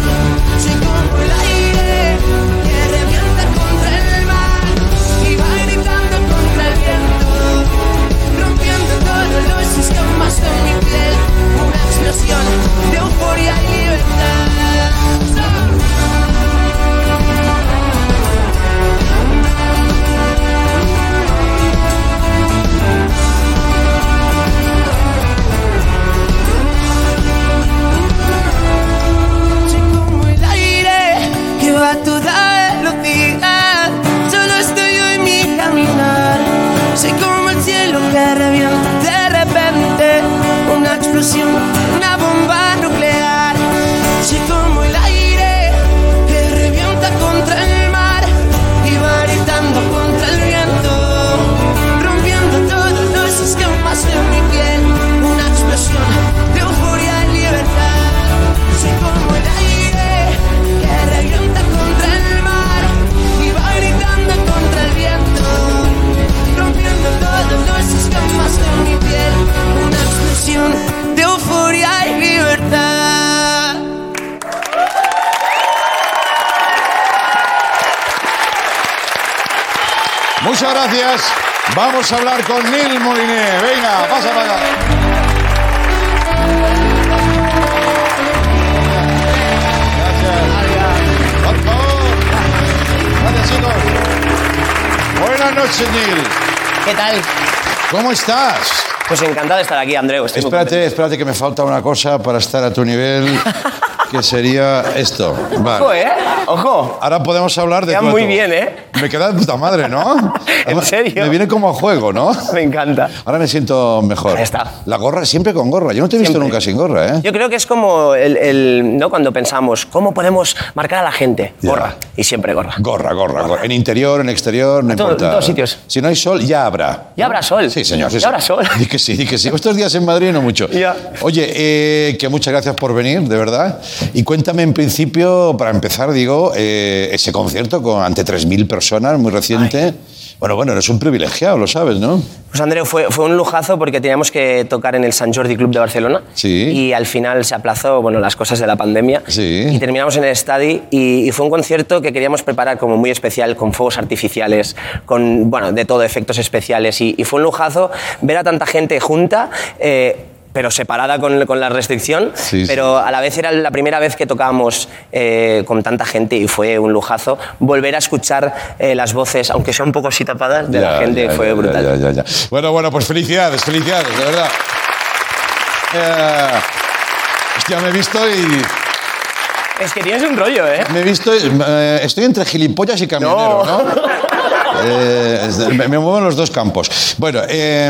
Speaker 9: explosión, una bomba nuclear. Soy como el aire que revienta contra el mar y va gritando contra el viento, rompiendo todos los esquemas de mi piel. Una explosión de euforia y libertad. Soy como el aire que revienta contra el mar y va gritando contra el viento, rompiendo todos los esquemas de mi piel. Una explosión de euforia y libertad.
Speaker 2: Muchas gracias. Vamos a hablar con Neil Moliné. Venga, pasa para acá. Gracias. Por favor. Gracias, chicos. Buenas noches, Neil.
Speaker 10: ¿Qué tal?
Speaker 2: ¿Cómo estás?
Speaker 10: Pues encantado de estar aquí, Andreu. Estoy muy
Speaker 2: Espérate, espérate que me falta una cosa para estar a tu nivel, que sería esto.
Speaker 10: contento. Ojo,
Speaker 2: Vale.
Speaker 10: ¿eh? Ojo. (laughs)
Speaker 2: Ahora podemos hablar de
Speaker 10: Queda
Speaker 2: tú a
Speaker 10: muy
Speaker 2: tú.
Speaker 10: bien, ¿eh?
Speaker 2: Me queda de puta madre,
Speaker 10: (laughs)
Speaker 2: ¿no?
Speaker 10: ¿En serio?
Speaker 2: Me viene como a juego, ¿no?
Speaker 10: Me encanta.
Speaker 2: Ahora me siento mejor.
Speaker 10: Ahí está.
Speaker 2: La gorra, siempre con gorra. Yo no te he visto
Speaker 10: Siempre.
Speaker 2: nunca sin gorra, ¿eh?
Speaker 10: Yo creo que es como el, el- ¿no? cuando pensamos, ¿cómo podemos marcar a la gente?
Speaker 2: Ya.
Speaker 10: Gorra. Y siempre gorra.
Speaker 2: Gorra, gorra, gorra. En interior, en exterior, no
Speaker 10: En todo-
Speaker 2: importa.
Speaker 10: en todos sitios.
Speaker 2: Si no hay sol, ya habrá.
Speaker 10: Ya habrá sol.
Speaker 2: Sí, señor. sí,
Speaker 10: Ya habrá
Speaker 2: señor. (laughs)
Speaker 10: sol.
Speaker 2: Di que sí, di que sí. Estos días en Madrid no mucho.
Speaker 10: Ya.
Speaker 2: Oye, eh, que muchas gracias por venir, de verdad. Y cuéntame en principio, para empezar, digo, eh, ese concierto con ante 3.000 personas, muy reciente. Bueno, bueno, eres un privilegiado, lo sabes, ¿no?
Speaker 10: Pues Andreu, fue, fue un lujazo porque teníamos que tocar en el San Jordi Club de Barcelona
Speaker 2: Sí.
Speaker 10: y al final se aplazó, bueno, las cosas de la pandemia
Speaker 2: Sí.
Speaker 10: y terminamos en el Estadi y, y fue un concierto que queríamos preparar como muy especial, con fuegos artificiales, con, bueno, de todo, efectos especiales y, y fue un lujazo ver a tanta gente junta. eh, pero separada con, con la restricción,
Speaker 2: Sí, sí.
Speaker 10: pero a la vez era la primera vez que tocábamos eh, con tanta gente y fue un lujazo. Volver a escuchar eh, las voces, aunque sea un poco así tapadas, de la
Speaker 2: Ya,
Speaker 10: gente
Speaker 2: ya,
Speaker 10: fue
Speaker 2: ya,
Speaker 10: brutal.
Speaker 2: ya, ya, ya. Bueno, bueno, pues felicidades, felicidades, de verdad. Eh, hostia, me he visto y.
Speaker 10: Es que tienes un rollo, ¿eh?
Speaker 2: Me he visto. eh, estoy entre gilipollas y camionero, ¿no?
Speaker 10: No.
Speaker 2: Eh, es- me, me muevo en los dos campos. Bueno, eh,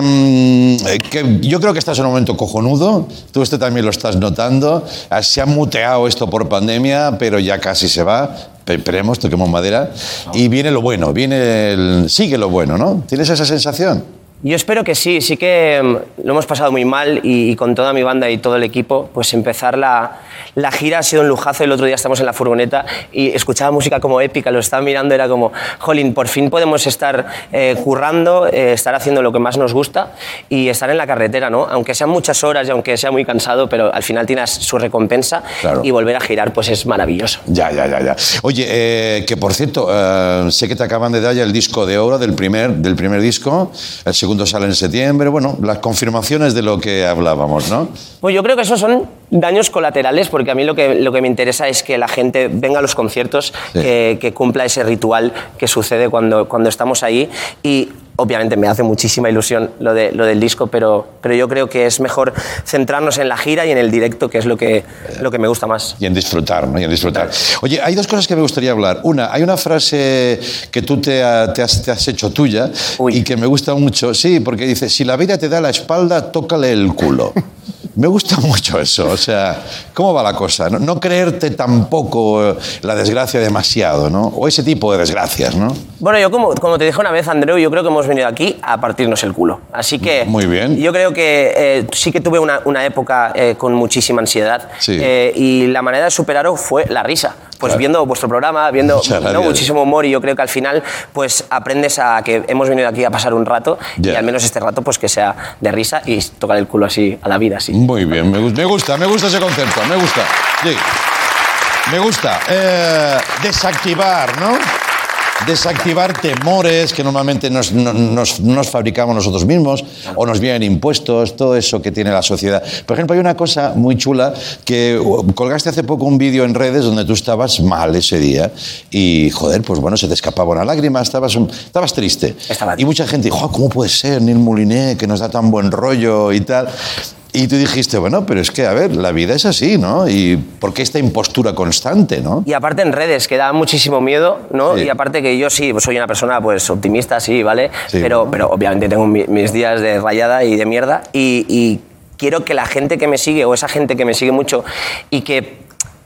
Speaker 2: que yo creo que estás en un momento cojonudo. Tú este también lo estás notando. Ah, Se ha muteado esto por pandemia, pero ya casi se va. Esperemos, toquemos madera. Y viene lo bueno, viene el- sigue lo bueno, ¿no? ¿Tienes esa sensación?
Speaker 10: Yo espero que sí, sí que mm, lo hemos pasado muy mal y, y con toda mi banda y todo el equipo, pues empezar la, la gira ha sido un lujazo. El otro día estamos en la furgoneta y escuchaba música como épica, lo estaba mirando, era como, jolín, por fin podemos estar eh, currando, eh, estar haciendo lo que más nos gusta y estar en la carretera, ¿no? Aunque sean muchas horas y aunque sea muy cansado, pero al final tienes su recompensa
Speaker 2: Claro.
Speaker 10: y volver a girar, pues es maravilloso.
Speaker 2: Ya, ya, ya, ya. Oye, eh, que por cierto, eh, sé que te acaban de dar ya el disco de oro del primer, del primer disco, el segundo sale en septiembre, bueno, las confirmaciones de lo que hablábamos, ¿no?
Speaker 10: Pues yo creo que esos son daños colaterales, porque a mí lo que, lo que me interesa es que la gente venga a los conciertos,
Speaker 2: Sí.
Speaker 10: que, que cumpla ese ritual que sucede cuando, cuando estamos ahí. Y obviamente me hace muchísima ilusión lo, de, lo del disco, pero, pero yo creo que es mejor centrarnos en la gira y en el directo, que es lo que, lo que me gusta más.
Speaker 2: Y en disfrutar, ¿no? Y en disfrutar. Oye, hay dos cosas que me gustaría hablar. Una, hay una frase que tú te, ha- te has, te has hecho tuya
Speaker 10: Uy.
Speaker 2: y que me gusta mucho, sí, porque dice, si la vida te da la espalda, tócale el culo. Me gusta (laughs) mucho eso, o sea, ¿cómo va la cosa? No, no creerte tampoco eh, la desgracia demasiado, ¿no? O ese tipo de desgracias, ¿no?
Speaker 10: Bueno, yo como, como te dije una vez, Andreu, yo creo que hemos venido aquí a partirnos el culo. Así que...
Speaker 2: Muy bien.
Speaker 10: Yo creo que eh, sí que tuve una, una época eh, con muchísima ansiedad
Speaker 2: Sí.
Speaker 10: eh, y la manera de superarlo fue la risa. Pues viendo vuestro programa, viendo
Speaker 2: Muchas
Speaker 10: ¿no?
Speaker 2: gracias.
Speaker 10: muchísimo humor y yo creo que al final pues aprendes a que hemos venido aquí a pasar un rato y
Speaker 2: Ya.
Speaker 10: al menos este rato pues que sea de risa y tocar el culo así a la vida, así.
Speaker 2: Muy bien, me, gu- me gusta, me gusta ese concepto, me gusta. Sí. Me gusta. Eh, desactivar, ¿no? Desactivar temores que normalmente nos, no- nos- nos fabricamos nosotros mismos o nos vienen impuestos, todo eso que tiene la sociedad. Por ejemplo, hay una cosa muy chula que uh, colgaste hace poco un vídeo en redes donde tú estabas mal ese día y, joder, pues bueno, se te escapaba una lágrima, estabas, un- estabas triste.
Speaker 10: Estaba
Speaker 2: Y mucha gente dijo, "Ah, ¿cómo puede ser Neil Mouliné que nos da tan buen rollo y tal? Y tú dijiste, bueno, pero es que, a ver, la vida es así, ¿no? ¿Y por qué esta impostura constante, no?
Speaker 10: Y aparte en redes, que da muchísimo miedo, ¿no?
Speaker 2: Sí.
Speaker 10: Y aparte que yo sí, pues soy una persona pues optimista, sí, ¿vale?
Speaker 2: Sí,
Speaker 10: pero,
Speaker 2: ¿no?
Speaker 10: pero obviamente tengo mi- mis días de rayada y de mierda y... y quiero que la gente que me sigue, o esa gente que me sigue mucho y que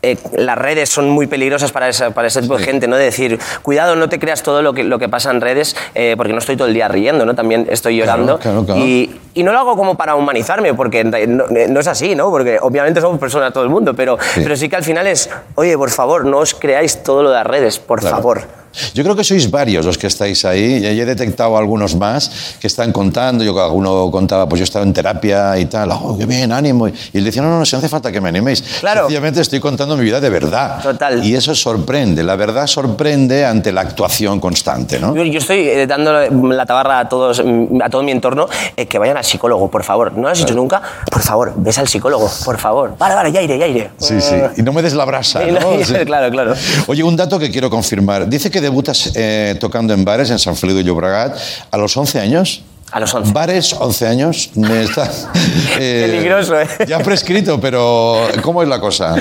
Speaker 10: eh, las redes son muy peligrosas para, esa- para ese tipo de gente, ¿no? De decir, cuidado, no te creas todo lo que, lo que pasa en redes, eh, porque no estoy todo el día riendo, ¿no? También estoy llorando.
Speaker 2: claro, claro.
Speaker 10: Y, y no lo hago como para humanizarme, porque en re- no, eh, no es así, ¿no? Porque obviamente somos personas todo el mundo, pero sí. pero sí que al final es, oye, por favor, no os creáis todo lo de las redes, por
Speaker 2: Claro.
Speaker 10: favor.
Speaker 2: Yo creo que sois varios los que estáis ahí. y Yo he detectado algunos más que están contando. Yo alguno contaba, pues yo estaba en terapia y tal. Oh, qué bien, ánimo. Y él decía, no, no, no, si no hace falta que me animéis. Claro. Sencillamente estoy contando mi vida de verdad. Total. Y eso sorprende. La verdad sorprende ante la actuación constante, ¿no?
Speaker 10: Yo, yo estoy eh, dando la tabarra a, todos, mm, a todo mi entorno, eh, que vayan al psicólogo, por favor. ¿No lo has hecho nunca? Por favor, ves al psicólogo, por favor. Vale, vale, ya iré, ya iré.
Speaker 2: Sí, sí. Y no me des la brasa,
Speaker 10: (laughs) Y no-
Speaker 2: ¿no? Sí.
Speaker 10: claro, claro.
Speaker 2: Oye, un dato que quiero confirmar. Dice que debutas eh, tocando en bares en San Feliu de Llobregat a los 11 años.
Speaker 10: A los 11.
Speaker 2: Bares, 11 años. Me
Speaker 10: (laughs)
Speaker 2: está, eh,
Speaker 10: Peligroso, ¿eh?
Speaker 2: Ya prescrito, pero ¿cómo es la cosa?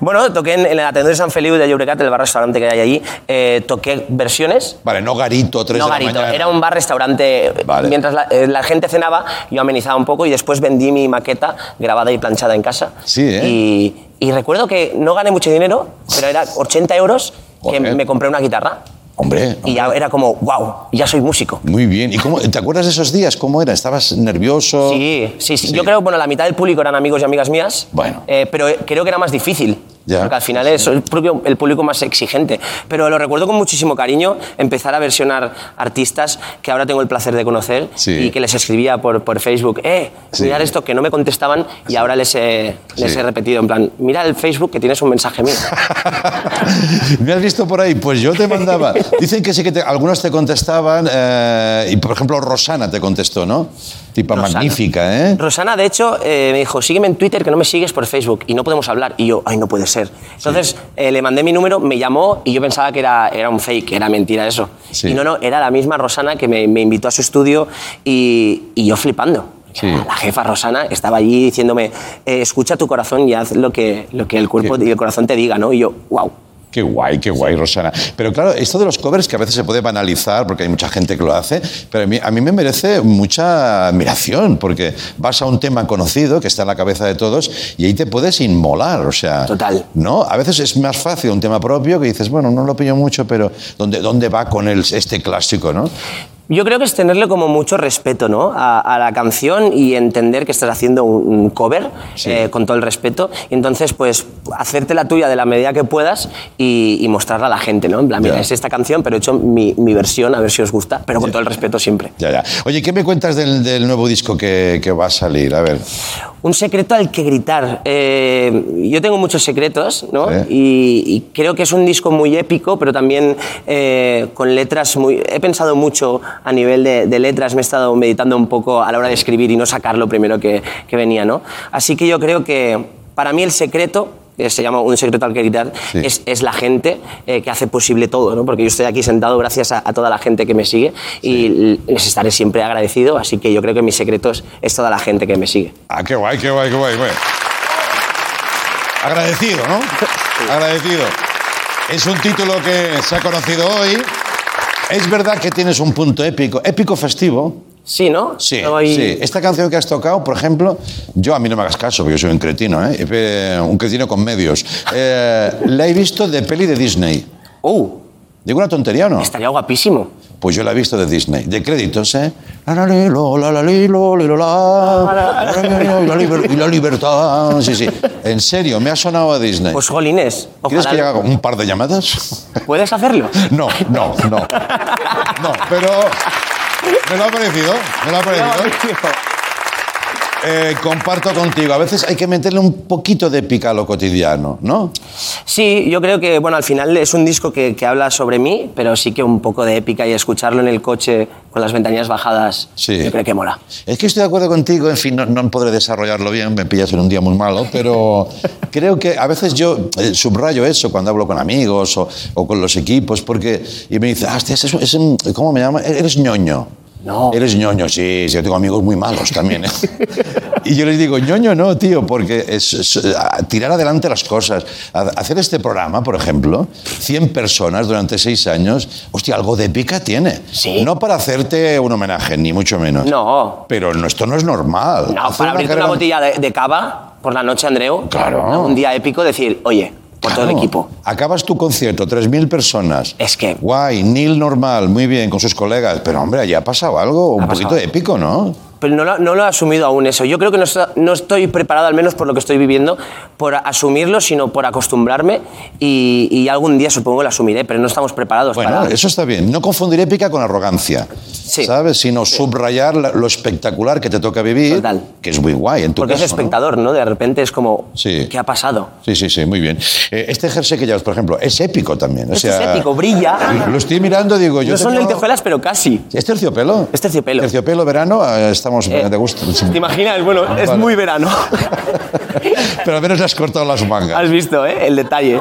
Speaker 10: Bueno, toqué en, en el Atendor de San Feliu de Llobregat, el bar-restaurante que hay allí. eh, toqué versiones.
Speaker 2: Vale, no garito, 3
Speaker 10: No
Speaker 2: de la
Speaker 10: garito,
Speaker 2: mañana.
Speaker 10: era un bar-restaurante. Mientras la, eh, la gente cenaba, yo amenizaba un poco y después vendí mi maqueta grabada y planchada en casa.
Speaker 2: Sí, ¿eh?
Speaker 10: Y, y recuerdo que no gané mucho dinero, pero era 80 euros que me compré una guitarra.
Speaker 2: Hombre,
Speaker 10: Y ya era como, wow, ya soy músico.
Speaker 2: muy bien. ¿Y cómo, te acuerdas de esos días? ¿Cómo era? ¿Estabas nervioso?
Speaker 10: Sí, sí, sí. Yo creo, bueno, la mitad del público eran amigos y amigas mías.
Speaker 2: Bueno.
Speaker 10: Eh, pero creo que era más difícil.
Speaker 2: Ya.
Speaker 10: Porque al final es el, propio, el público más exigente. Pero lo recuerdo con muchísimo cariño, empezar a versionar artistas que ahora tengo el placer de conocer
Speaker 2: Sí.
Speaker 10: y que les escribía por, por Facebook, eh,
Speaker 2: Sí.
Speaker 10: mirad esto, que no me contestaban y ahora les he, les
Speaker 2: Sí.
Speaker 10: he repetido, en plan, mira el Facebook que tienes un
Speaker 2: (laughs)
Speaker 10: mensaje mío.
Speaker 2: (laughs) ¿Me has visto por ahí? Pues yo te mandaba. Dicen que sí que te- algunos te contestaban. eh, y por ejemplo, Rosana te contestó, ¿no? Tipa
Speaker 10: Rosana.
Speaker 2: magnífica, ¿eh?
Speaker 10: Rosana, de hecho, eh, me dijo, sígueme en Twitter, que no me sigues por Facebook y no podemos hablar. Y yo, ay, no puede ser. Entonces eh, le mandé mi número, me llamó y yo pensaba que era, era un fake, era mentira eso.
Speaker 2: Sí.
Speaker 10: Y no, no, era la misma Rosana que me, me invitó a su estudio y, y yo flipando.
Speaker 2: Sí.
Speaker 10: La jefa Rosana estaba allí diciéndome, eh, escucha tu corazón y haz lo que, lo que el cuerpo y el corazón te diga, ¿no? Y yo, wow.
Speaker 2: Qué guay, qué guay, Rosana. Pero claro, esto de los covers que a veces se puede banalizar porque hay mucha gente que lo hace, pero a mí, a mí me merece mucha admiración porque vas a un tema conocido que está en la cabeza de todos y ahí te puedes inmolar, o sea.
Speaker 10: Total.
Speaker 2: ¿No? A veces es más fácil un tema propio que dices, bueno, no lo pillo mucho, pero ¿dónde, dónde va con el, este clásico, no?
Speaker 10: Yo creo que es tenerle como mucho respeto ¿no? a, a la canción y entender que estás haciendo un un cover
Speaker 2: Sí.
Speaker 10: eh, con todo el respeto. Y entonces, pues, hacerte la tuya de la medida que puedas y, y mostrarla a la gente, ¿no? En plan, mira,
Speaker 2: Ya.
Speaker 10: es esta canción, pero he hecho mi, mi versión, a ver si os gusta, pero con todo el respeto siempre.
Speaker 2: Ya, ya. Oye, ¿qué me cuentas del, del nuevo disco que, que va a salir? A ver.
Speaker 10: Un secreto al que gritar. Eh, yo tengo muchos secretos, ¿no?
Speaker 2: Sí.
Speaker 10: Y, y creo que es un disco muy épico, pero también eh, con letras muy... He pensado mucho a nivel de, de letras, me he estado meditando un poco a la hora de escribir y no sacar lo primero que, que venía, ¿no? Así que yo creo que para mí el secreto... que Se llama un secreto al que gritar,
Speaker 2: Sí.
Speaker 10: es, es la gente eh, que hace posible todo, ¿no? porque yo estoy aquí sentado gracias a, a toda la gente que me sigue y les estaré siempre agradecido, así que yo creo que mis secretos es toda la gente que me sigue.
Speaker 2: Ah, qué guay, qué guay, qué guay. guay. Agradecido, ¿no? Agradecido. Es un título que se ha conocido hoy. Es verdad que tienes un punto épico, épico festivo.
Speaker 10: Sí, ¿no?
Speaker 2: Sí,
Speaker 10: Luego ahí-
Speaker 2: sí. Esta canción que has tocado, por ejemplo, yo a mí no me hagas caso, porque yo soy un cretino, ¿eh? Eh, Un cretino con medios. Eh, la he visto de peli de Disney. Oh.
Speaker 10: ¡Uh!
Speaker 2: ¿Digo una tontería o no?
Speaker 10: Estaría guapísimo.
Speaker 2: Pues yo la he visto de Disney. De créditos, ¿eh? La, la, li, lo, la, la, li, lo, li, lo, la. La, la, li, lo, y la liber- y la libertad. Sí, sí. En serio, me ha sonado a Disney.
Speaker 10: Pues jolines,
Speaker 2: ¿Quieres
Speaker 10: ojalá...
Speaker 2: que le haga un par de llamadas? (laughs)
Speaker 10: ¿Puedes hacerlo?
Speaker 2: No, no, no. No, pero me lo ha parecido. Me lo ha parecido. Eh, comparto contigo. A veces hay que meterle un poquito de pica a lo cotidiano, ¿no?
Speaker 10: Sí, yo creo que, bueno, al final es un disco que, que habla sobre mí, pero sí que un poco de épica y escucharlo en el coche con las ventanillas bajadas,
Speaker 2: Sí.
Speaker 10: yo creo que mola.
Speaker 2: Es que estoy de acuerdo contigo, en fin, no, no podré desarrollarlo bien, me pillas en un día muy malo, pero creo que a veces yo eh, subrayo eso cuando hablo con amigos o, o con los equipos, porque y me dicen, ah, hostia, ese es, ese es- ¿cómo me llama? Eres ñoño.
Speaker 10: No.
Speaker 2: Eres ñoño, sí, sí, yo tengo amigos muy malos también. ¿eh? Y yo les digo, ñoño no, tío, porque es, es, eh, a- tirar adelante las cosas. A- Hacer este programa, por ejemplo, 100 personas durante 6 años, hostia, algo de pica tiene. No para hacerte un homenaje, ni mucho menos.
Speaker 11: No.
Speaker 2: Pero no- esto no es normal.
Speaker 11: No,
Speaker 2: Hacer
Speaker 11: para abrirte una
Speaker 2: carrera-
Speaker 11: botella de, de cava por la noche, Andreu.
Speaker 2: Claro.
Speaker 11: Un día épico, decir, oye, por todo el
Speaker 2: Claro.
Speaker 11: equipo.
Speaker 2: Acabas tu concierto, 3.000 personas. Es que... Guay, Neil normal, muy bien, con sus colegas. Pero, hombre, ya ha pasado algo un
Speaker 11: pasado.
Speaker 2: poquito
Speaker 11: Pues
Speaker 2: épico, ¿no?
Speaker 11: Pero no lo, no lo he asumido aún eso. Yo creo que no, está- no estoy preparado, al menos por lo que estoy viviendo, por asumirlo, sino por acostumbrarme y, y algún día supongo lo asumiré, pero no estamos preparados
Speaker 2: Bueno,
Speaker 11: para...
Speaker 2: eso está bien. No confundir épica con arrogancia, ¿sabes? Sino subrayar la- lo espectacular que te toca vivir, que es muy guay en tu
Speaker 11: Porque es
Speaker 2: caso, ¿no?
Speaker 11: espectador, ¿no? De repente es como,
Speaker 2: Sí.
Speaker 11: ¿qué ha pasado?
Speaker 2: Sí, sí, sí, muy bien. Eh, este jersey que llevas, por ejemplo, es épico también. O
Speaker 11: Esto
Speaker 2: sea,
Speaker 11: Este es épico, brilla.
Speaker 2: Lo estoy mirando, digo yo.
Speaker 11: No son
Speaker 2: tengo-
Speaker 11: lentejuelas, pero casi.
Speaker 2: ¿Es terciopelo? Es terciopelo. Terciopelo, verano, eh, estamos
Speaker 11: Eh,
Speaker 2: de gusto.
Speaker 11: ¿Te imaginas? Bueno, es
Speaker 2: Vale.
Speaker 11: muy verano.
Speaker 2: Pero al menos le has cortado las mangas.
Speaker 11: Has visto, ¿eh? El detalle.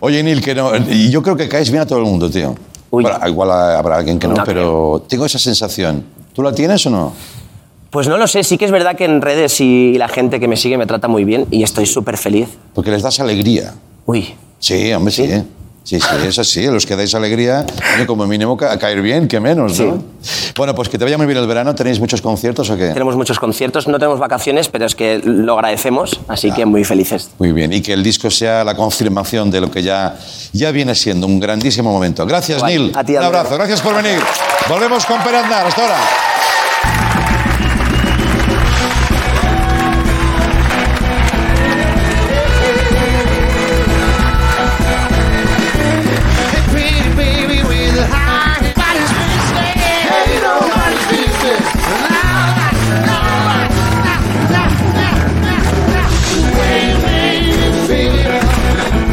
Speaker 2: Oye, Neil, que no, y yo creo que caes bien a todo el mundo, tío. Bueno, igual habrá alguien que no,
Speaker 11: No
Speaker 2: pero tengo esa sensación. ¿Tú la tienes o no?
Speaker 11: Pues no lo sé, sí que es verdad que en redes y la gente que me sigue me trata muy bien y estoy súper feliz.
Speaker 2: Porque les das alegría.
Speaker 11: Uy.
Speaker 2: Sí, hombre, sí. ¿eh? Sí, sí, eso sí, los que dais alegría, oye, como mínimo ca- caer bien, que menos, ¿no? Bueno, pues que te vaya muy bien el verano, ¿tenéis muchos conciertos o qué?
Speaker 11: Tenemos muchos conciertos, no tenemos vacaciones, pero es que lo agradecemos, así que muy felices.
Speaker 2: Muy bien, y que el disco sea la confirmación de lo que ya, ya viene siendo un grandísimo momento. Gracias,
Speaker 1: Guay.
Speaker 2: Neil.
Speaker 1: A ti,
Speaker 2: un
Speaker 1: Andreu.
Speaker 2: abrazo, gracias por venir. Volvemos con Pere Aznar, hasta ahora.
Speaker 8: Bravo.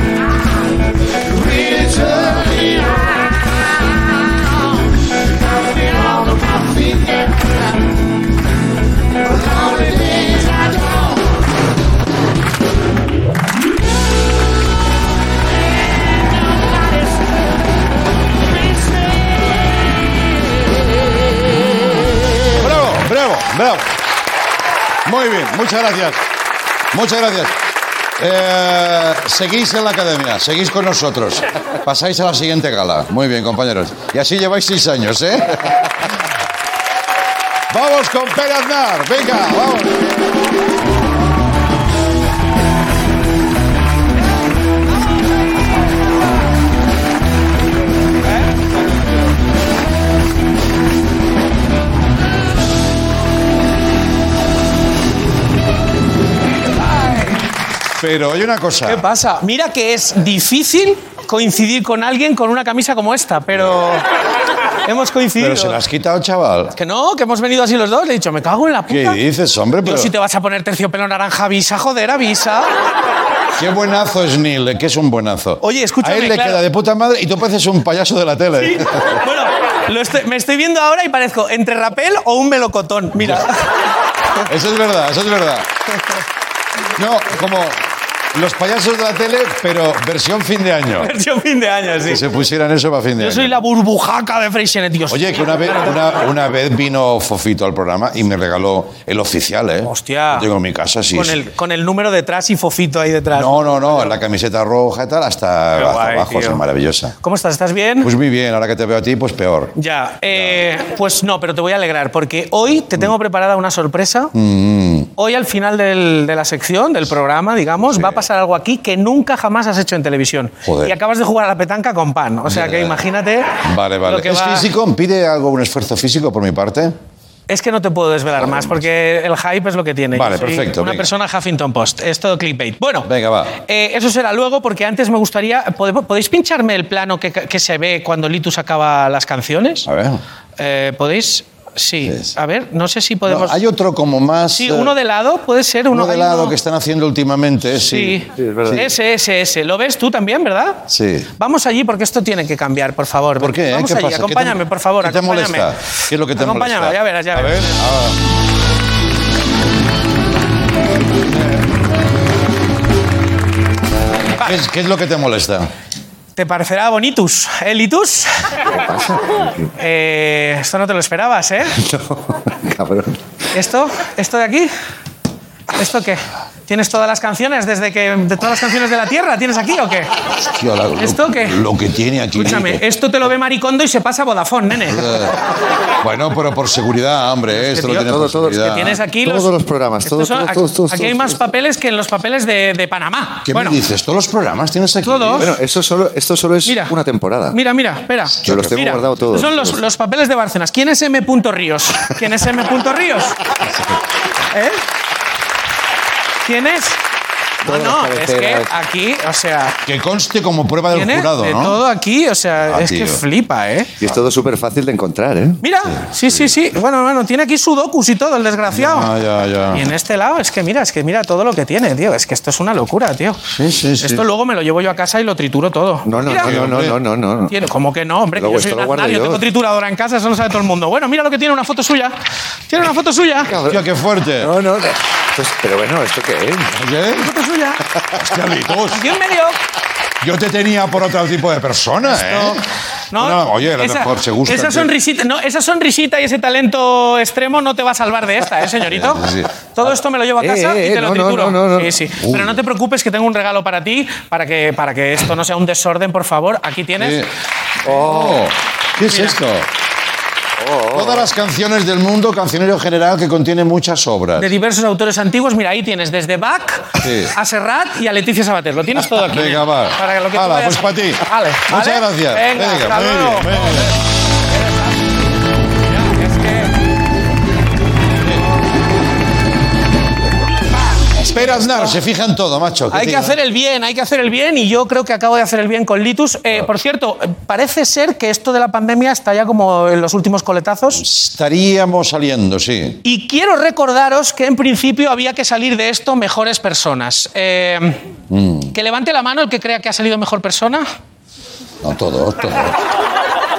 Speaker 2: Bravo, bravo, bravo. Muy bien, muchas gracias. Muchas gracias. Eh, seguís en la academia, seguís con nosotros. Pasáis a la siguiente gala. Muy bien, compañeros. Y así lleváis seis años, ¿eh? Vamos con Pere Aznar, venga, vamos. Pero hay una cosa.
Speaker 10: ¿Qué pasa? Mira que es difícil coincidir con alguien con una camisa como esta, pero hemos coincidido.
Speaker 2: Pero se la has quitado, chaval.
Speaker 10: Que no, que hemos venido así los dos. Le he dicho, me cago en la
Speaker 2: ¿Qué
Speaker 10: puta.
Speaker 2: dices, hombre?
Speaker 10: Yo
Speaker 2: Pero
Speaker 10: si te vas a poner terciopelo naranja, avisa, joder, avisa.
Speaker 2: qué buenazo es Neil, eh, que es un buenazo.
Speaker 10: Oye, escúchame,
Speaker 2: A él le
Speaker 10: claro.
Speaker 2: queda de puta madre y tú pareces un payaso de la tele.
Speaker 10: (laughs) Bueno, lo estoy- me estoy viendo ahora y parezco entre rapel o un melocotón.
Speaker 2: (laughs)
Speaker 10: Mira.
Speaker 2: (laughs) Eso es verdad, eso es verdad. No, como los payasos de la tele, pero versión fin de año.
Speaker 10: Versión fin de año, sí.
Speaker 2: Que se pusieran eso para fin de
Speaker 10: Yo
Speaker 2: año.
Speaker 10: soy la burbujaca de Freixenet, tío.
Speaker 2: Oye, que una vez, una, una vez vino Fofito al programa y me regaló el oficial, ¿eh? Hostia. Lo tengo en mi casa, sí.
Speaker 10: Con
Speaker 2: sí.
Speaker 10: el, con el número detrás y fofito ahí detrás.
Speaker 2: No, no, no, la camiseta roja y tal, hasta,
Speaker 10: Qué
Speaker 2: hasta
Speaker 10: guay,
Speaker 2: abajo,
Speaker 10: tío.
Speaker 2: es maravillosa.
Speaker 10: ¿Cómo estás? ¿Estás bien?
Speaker 2: Pues muy bien, ahora que te veo a ti, pues peor.
Speaker 10: Ya, eh, pues no, pero te voy a alegrar porque hoy te tengo preparada una sorpresa.
Speaker 2: Mm.
Speaker 10: Hoy al final del- de la sección, del programa, digamos, va a pasar algo aquí que nunca jamás has hecho en televisión.
Speaker 2: Joder.
Speaker 10: Y acabas de jugar a la petanca con pan. O sea que imagínate...
Speaker 2: Vale, vale.
Speaker 10: Lo que
Speaker 2: ¿Es
Speaker 10: va-
Speaker 2: físico? ¿Pide algo, un esfuerzo físico por mi parte?
Speaker 10: Es que no te puedo desvelar más porque el hype es lo que tiene. Yo
Speaker 2: Vale,
Speaker 10: soy
Speaker 2: perfecto,
Speaker 10: Una
Speaker 2: venga.
Speaker 10: persona Huffington Post. Es todo clickbait. Bueno,
Speaker 2: Venga, va.
Speaker 10: eh, eso será luego porque antes me gustaría... ¿pode- ¿Podéis pincharme el plano que, que se ve cuando Litus acaba las canciones?
Speaker 2: A ver.
Speaker 10: Eh, ¿Podéis? Sí. A ver, no sé si
Speaker 2: No,
Speaker 10: podemos...
Speaker 2: hay otro como más...
Speaker 10: Sí,
Speaker 2: eh,
Speaker 10: uno de lado, puede ser uno,
Speaker 2: uno de
Speaker 10: hay
Speaker 2: lado
Speaker 10: uno-
Speaker 2: que están haciendo últimamente, sí.
Speaker 10: Sí, ese, ese, ese. ¿Lo ves tú también, verdad?
Speaker 2: Sí.
Speaker 10: Vamos allí porque esto tiene que cambiar, por favor.
Speaker 2: ¿Por qué? eh?
Speaker 10: Vamos
Speaker 2: ¿Qué
Speaker 10: allí,
Speaker 2: pasa? ¿Qué te-
Speaker 10: acompáñame, por favor,
Speaker 2: ¿Qué te
Speaker 10: acompáñame.
Speaker 2: molesta? ¿Qué es lo que te
Speaker 10: Acompáñame,
Speaker 2: molesta?
Speaker 10: ya verás, ya
Speaker 2: A
Speaker 10: verás.
Speaker 2: ver, ah. ahora. ¿Qué es, qué es lo que te molesta?
Speaker 10: Te parecerá bonitus, ¿eh, Litus? (laughs)
Speaker 2: (laughs)
Speaker 10: Eh, esto no te lo esperabas, ¿eh?
Speaker 2: Cabrón.
Speaker 10: ¿Esto? ¿Esto de aquí? ¿Esto qué? ¿Tienes todas las canciones desde que. de todas las canciones de la Tierra? ¿Tienes aquí o qué?
Speaker 2: Hostia, la- lo-
Speaker 10: ¿Esto qué?
Speaker 2: Lo que tiene aquí.
Speaker 10: Escúchame, eh. esto te lo ve Maricondo y se pasa a Vodafone, nene.
Speaker 2: Eh, Bueno, pero por seguridad, hombre, esto lo
Speaker 10: tío,
Speaker 2: tiene
Speaker 10: todo,
Speaker 2: por
Speaker 10: todo,
Speaker 2: seguridad.
Speaker 10: que tienes aquí
Speaker 2: todos
Speaker 10: los-
Speaker 2: los programas,
Speaker 10: Estos son- aquí, aquí hay más papeles que en los papeles de, de Panamá.
Speaker 2: ¿Qué
Speaker 10: bueno,
Speaker 2: me dices? ¿Todos los programas tienes aquí? eh,
Speaker 10: Todos.
Speaker 12: Bueno, eso solo, esto solo es una temporada.
Speaker 10: mira, mira, espera.
Speaker 12: Yo los tengo
Speaker 10: Mira,
Speaker 12: guardado todos.
Speaker 10: Son los, los papeles de Bárcenas. ¿Quién es M. Ríos? ¿Quién es M. Ríos? ¿Eh? ¿Quién es? No,
Speaker 2: Todas
Speaker 10: no,
Speaker 2: las
Speaker 10: es que
Speaker 2: cabeceras.
Speaker 10: aquí, o sea,
Speaker 2: Que conste como prueba del
Speaker 10: tiene
Speaker 2: jurado,
Speaker 10: de
Speaker 2: ¿no?
Speaker 10: todo aquí, o sea,
Speaker 2: Ah,
Speaker 10: es que
Speaker 2: tío.
Speaker 10: flipa, ¿eh?
Speaker 12: Y es todo súper fácil de encontrar, ¿eh?
Speaker 10: Mira, sí, sí, sí. Bueno, bueno, tiene aquí sudokus y todo, el desgraciado.
Speaker 2: Ah, ya, ya.
Speaker 10: Y en este lado, es que mira, es que mira todo lo que tiene, tío. Es que esto es una locura, tío.
Speaker 2: Sí, sí, sí.
Speaker 10: Esto luego me lo llevo yo a casa y lo trituro todo.
Speaker 12: No, no,
Speaker 10: Mira.
Speaker 12: no, no, no, no, no, no.
Speaker 10: Tiene, ¿Cómo que no, hombre? Que
Speaker 12: Luego
Speaker 10: yo soy
Speaker 12: esto
Speaker 10: un
Speaker 12: lo guardo
Speaker 10: aznario,
Speaker 12: yo.
Speaker 10: tengo trituradora en casa, eso lo sabe todo el mundo. Bueno, mira lo que tiene, una foto suya. Tiene una foto suya.
Speaker 2: Tío, qué fuerte.
Speaker 12: No, no. Esto es- pero bueno, ¿esto qué es?
Speaker 2: Oye,
Speaker 10: Foto suya.
Speaker 2: hostia, amigos,
Speaker 10: Aquí en medio.
Speaker 2: yo te tenía por otro tipo de persona, ¿eh?
Speaker 10: No,
Speaker 2: No, oye, a lo mejor se gusta.
Speaker 10: Esa sonrisita, no, esa sonrisita y ese talento extremo no te va a salvar de esta, ¿eh, señorito?
Speaker 2: Sí, Uh. sí.
Speaker 10: Todo esto me lo llevo a
Speaker 12: Eh,
Speaker 10: casa
Speaker 12: eh,
Speaker 10: y te lo
Speaker 12: no, no, no,
Speaker 10: trituro.
Speaker 12: no, no.
Speaker 10: Sí, sí. Pero no te preocupes que tengo un regalo para ti, para que, para que esto no sea un desorden, por favor. Aquí tienes.
Speaker 2: Oh, ¿qué es esto?
Speaker 10: Oh.
Speaker 2: Todas las canciones del mundo, cancionero general, que contiene muchas obras.
Speaker 10: De diversos autores antiguos, mira, ahí tienes desde Bach
Speaker 2: Sí.
Speaker 10: a Serrat y a Leticia Sabater. Lo tienes todo aquí.
Speaker 2: Venga, va.
Speaker 10: Para que lo que tú
Speaker 2: Hala, pues
Speaker 10: vayas-
Speaker 2: para ti.
Speaker 10: Vale,
Speaker 2: Muchas
Speaker 10: ¿vale?
Speaker 2: gracias.
Speaker 10: Venga,
Speaker 2: Venga,
Speaker 10: hasta
Speaker 2: muy
Speaker 10: luego.
Speaker 2: bien, venga. Espera, Aznar, se fija en todo, macho. ¿Qué
Speaker 10: Hay
Speaker 2: te
Speaker 10: que
Speaker 2: digo?
Speaker 10: hacer el bien, hay que hacer el bien y yo creo que acabo de hacer el bien con Litus. Eh, Por cierto, parece ser que esto de la pandemia está ya como en los últimos coletazos.
Speaker 2: Estaríamos saliendo, sí.
Speaker 10: Y quiero recordaros que en principio había que salir de esto mejores personas. Eh,
Speaker 2: Mm.
Speaker 10: Que levante la mano el que crea que ha salido mejor persona.
Speaker 2: No, todo,
Speaker 10: (laughs)
Speaker 2: todo.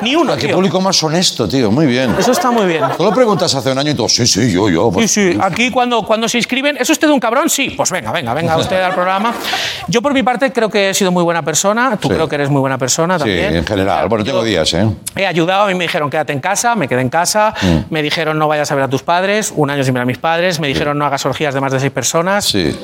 Speaker 10: Ni uno,
Speaker 2: Qué
Speaker 10: tío.
Speaker 2: público más honesto, tío. Muy bien.
Speaker 10: Eso está muy bien.
Speaker 2: Tú lo preguntas hace un año y todo, sí, sí, yo, yo.
Speaker 10: Sí,
Speaker 2: pues,
Speaker 10: sí, aquí cuando, cuando se inscriben, ¿es usted un cabrón? Sí, pues venga, venga,
Speaker 2: (laughs)
Speaker 10: venga usted al programa. Yo por mi parte creo que he sido muy buena persona, tú
Speaker 2: Sí.
Speaker 10: creo que eres muy buena persona
Speaker 2: sí,
Speaker 10: también.
Speaker 2: en general. Bueno, tengo días, ¿eh?
Speaker 10: He ayudado, a mí me dijeron quédate en casa, me quedé en casa,
Speaker 2: Mm.
Speaker 10: me dijeron no vayas a ver a tus padres, un año sin ver a mis padres, me dijeron no hagas orgías de más de seis personas,
Speaker 2: Sí.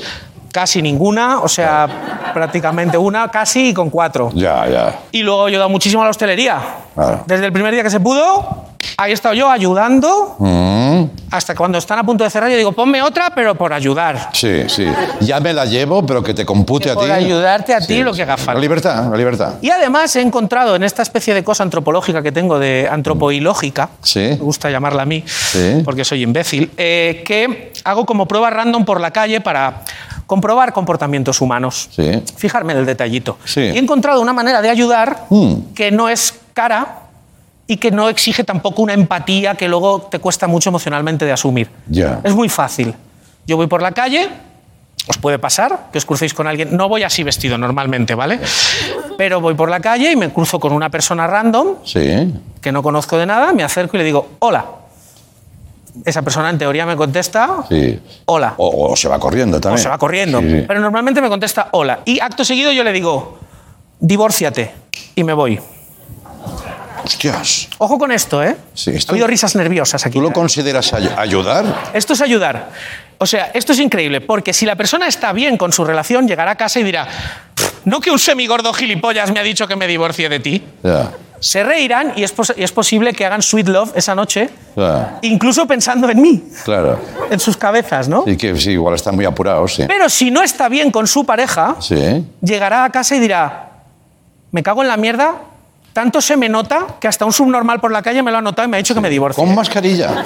Speaker 10: casi ninguna, o sea, prácticamente una, casi y con cuatro.
Speaker 2: Ya, ya.
Speaker 10: Y luego he ayudado muchísimo a la hostelería.
Speaker 2: Claro.
Speaker 10: Desde el primer día que se pudo, ahí he estado yo ayudando
Speaker 2: Mm,
Speaker 10: hasta cuando están a punto de cerrar, yo digo ponme otra, pero por ayudar.
Speaker 2: sí, sí. Ya me la llevo, pero que te compute a ti.
Speaker 10: Por ayudarte a ti lo que haga
Speaker 2: La
Speaker 10: falta.
Speaker 2: libertad, la libertad.
Speaker 10: Y además he encontrado en esta especie de cosa antropológica que tengo de antropoilógica,
Speaker 2: Sí.
Speaker 10: me gusta llamarla a mí,
Speaker 2: Sí.
Speaker 10: porque soy imbécil, eh, que hago como pruebas random por la calle para comprobar comportamientos humanos.
Speaker 2: Sí.
Speaker 10: Fijarme en el detallito.
Speaker 2: Sí.
Speaker 10: Y he encontrado una manera de ayudar
Speaker 2: Mm.
Speaker 10: que no es cara y que no exige tampoco una empatía que luego te cuesta mucho emocionalmente de asumir.
Speaker 2: Ya.
Speaker 10: Es muy fácil. Yo voy por la calle, os puede pasar que os crucéis con alguien. No voy así vestido normalmente, ¿vale? Pero voy por la calle y me cruzo con una persona random
Speaker 2: Sí.
Speaker 10: que no conozco de nada, me acerco y le digo, hola. Esa persona en teoría me contesta,
Speaker 2: Sí.
Speaker 10: hola.
Speaker 2: O, o se va corriendo
Speaker 10: O
Speaker 2: también.
Speaker 10: se va corriendo.
Speaker 2: Sí, sí.
Speaker 10: Pero normalmente me contesta, hola. Y acto seguido yo le digo, divórciate. Y me voy.
Speaker 2: Hostias.
Speaker 10: Ojo con esto, ¿eh?
Speaker 2: Sí, esto-
Speaker 10: Ha habido risas nerviosas aquí.
Speaker 2: ¿Tú lo
Speaker 10: ¿eh?
Speaker 2: consideras ay- ayudar?
Speaker 10: Esto es ayudar. O sea, esto es increíble, porque si la persona está bien con su relación, llegará a casa y dirá, no que un semigordo gilipollas me ha dicho que me divorcie de ti.
Speaker 2: Ya.
Speaker 10: Se reirán y es, pos- y es posible que hagan sweet love esa noche,
Speaker 2: ya,
Speaker 10: incluso pensando en mí,
Speaker 2: Claro.
Speaker 10: en sus cabezas, ¿no?
Speaker 2: Y que sí, igual están muy apurados, sí.
Speaker 10: Pero si no está bien con su pareja,
Speaker 2: Sí.
Speaker 10: llegará a casa y dirá, me cago en la mierda, tanto se me nota que hasta un subnormal por la calle me lo ha notado y me ha dicho que me divorcie.
Speaker 2: Con mascarilla.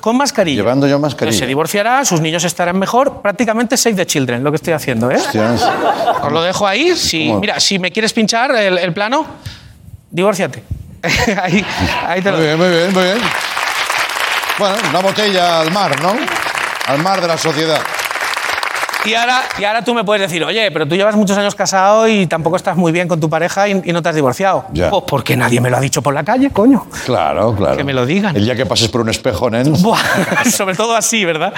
Speaker 10: Con mascarilla.
Speaker 2: Llevando yo
Speaker 10: Entonces, se
Speaker 2: mascarilla.
Speaker 10: divorciará, sus niños estarán mejor. Prácticamente Save the Children, lo que estoy haciendo, ¿eh?
Speaker 2: Hostias.
Speaker 10: Os lo dejo ahí. Si,
Speaker 2: ¿Cómo?
Speaker 10: mira, si me quieres pinchar el, el plano, divórciate. (laughs) ahí, ahí te lo
Speaker 2: Muy bien, muy bien, muy bien. Bueno, una botella al mar, ¿no? Al mar de la sociedad.
Speaker 10: Y ahora, y ahora tú me puedes decir, oye, pero tú llevas muchos años casado y tampoco estás muy bien con tu pareja y, y no te has divorciado.
Speaker 2: Ya.
Speaker 10: Pues porque nadie me lo ha dicho por la calle, coño.
Speaker 2: Claro, claro. Que me
Speaker 10: lo digan.
Speaker 2: El día que pases por un espejo, nen.
Speaker 10: Buah, (laughs) sobre todo así, ¿verdad?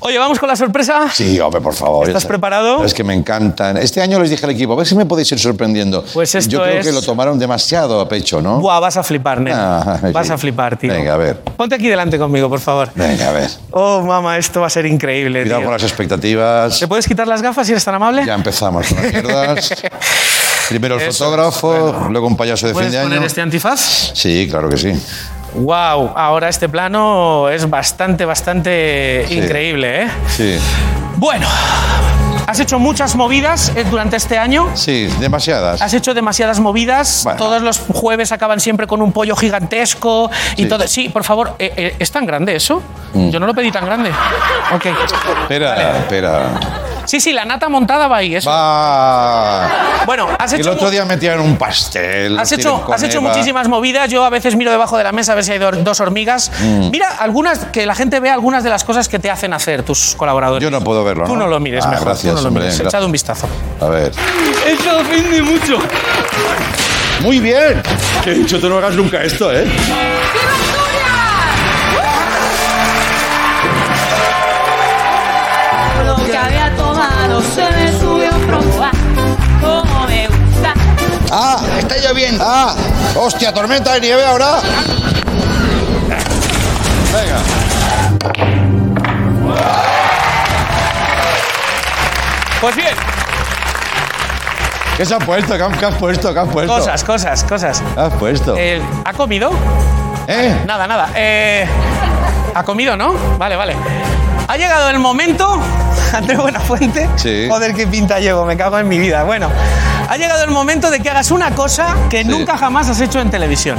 Speaker 10: Oye, vamos con la sorpresa.
Speaker 2: Sí, hombre, por favor.
Speaker 10: ¿Estás
Speaker 2: Ya sé.
Speaker 10: preparado?
Speaker 2: Es que me encantan. Este año les dije al equipo, a ver si me podéis ir sorprendiendo.
Speaker 10: Pues esto
Speaker 2: Yo creo
Speaker 10: es-
Speaker 2: que lo tomaron demasiado a pecho, ¿no?
Speaker 10: Buah, vas a flipar, nen.
Speaker 2: Ah, sí.
Speaker 10: Vas a flipar, tío.
Speaker 2: Venga, a ver.
Speaker 10: Ponte aquí delante conmigo, por favor.
Speaker 2: Venga, a ver.
Speaker 10: Oh, mamá, esto va a ser increíble,
Speaker 2: Cuidado
Speaker 10: tío.
Speaker 2: con las expectativas.
Speaker 10: ¿Te puedes quitar las gafas si eres tan amable?
Speaker 2: Ya empezamos con las
Speaker 10: (laughs)
Speaker 2: mierdas. Primero el fotógrafo, luego un payaso de fin
Speaker 10: ¿Puedes
Speaker 2: de
Speaker 10: poner
Speaker 2: año.
Speaker 10: este antifaz?
Speaker 2: Sí, claro que sí.
Speaker 10: Wow, ahora este plano es bastante, bastante
Speaker 2: Sí.
Speaker 10: increíble, ¿eh?
Speaker 2: Sí.
Speaker 10: Bueno, has hecho muchas movidas eh, durante este año.
Speaker 2: Sí, demasiadas.
Speaker 10: Has hecho demasiadas movidas.
Speaker 2: Bueno.
Speaker 10: Todos los jueves acaban siempre con un pollo gigantesco y
Speaker 2: Sí.
Speaker 10: todo. Sí, por favor, eh, eh, ¿es tan grande eso?
Speaker 2: Mm.
Speaker 10: Yo no lo pedí tan grande. Ok.
Speaker 2: Espera, espera.
Speaker 10: Sí, sí, la nata montada va ahí. Eso.
Speaker 2: Va.
Speaker 10: Bueno, has
Speaker 2: El
Speaker 10: hecho
Speaker 2: otro día me tiraron un pastel.
Speaker 10: Has
Speaker 2: tiran
Speaker 10: hecho,
Speaker 2: con
Speaker 10: has hecho
Speaker 2: Eva.
Speaker 10: muchísimas movidas. Yo a veces miro debajo de la mesa a ver si hay do- dos hormigas.
Speaker 2: Mm.
Speaker 10: Mira, algunas que la gente vea algunas de las cosas que te hacen hacer tus colaboradores.
Speaker 2: Yo no puedo verlo.
Speaker 10: Tú no lo mires,
Speaker 2: Ah,
Speaker 10: mejor.
Speaker 2: Gracias,
Speaker 10: Tú no lo
Speaker 2: hombre,
Speaker 10: mires.
Speaker 2: gracias.
Speaker 10: Echad un vistazo.
Speaker 2: A ver.
Speaker 10: Esto ofende mucho.
Speaker 2: Muy bien. Que he dicho, tú no hagas nunca esto, ¿eh?
Speaker 13: Lo que había tomado se me subió probar. ah, Como me gusta.
Speaker 2: ¡Ah! ¡Está lloviendo! ¡Ah! ¡Hostia, tormenta de nieve ahora! Venga.
Speaker 10: Pues bien,
Speaker 2: ¿Qué se ha puesto? ¿Qué han- qué has puesto? ¿Qué has puesto?
Speaker 10: cosas, cosas, cosas.
Speaker 2: ¿Qué has puesto?
Speaker 10: Eh, ¿Ha comido?
Speaker 2: ¿Eh?
Speaker 10: Nada, nada. Eh, ¿Ha comido, no? Vale, vale. Ha llegado el momento. (laughs) Andrés Buenafuente.
Speaker 2: Sí.
Speaker 10: Joder, qué pinta llevo, me cago en mi vida. Bueno, ha llegado el momento de que hagas una cosa que nunca jamás has hecho en televisión.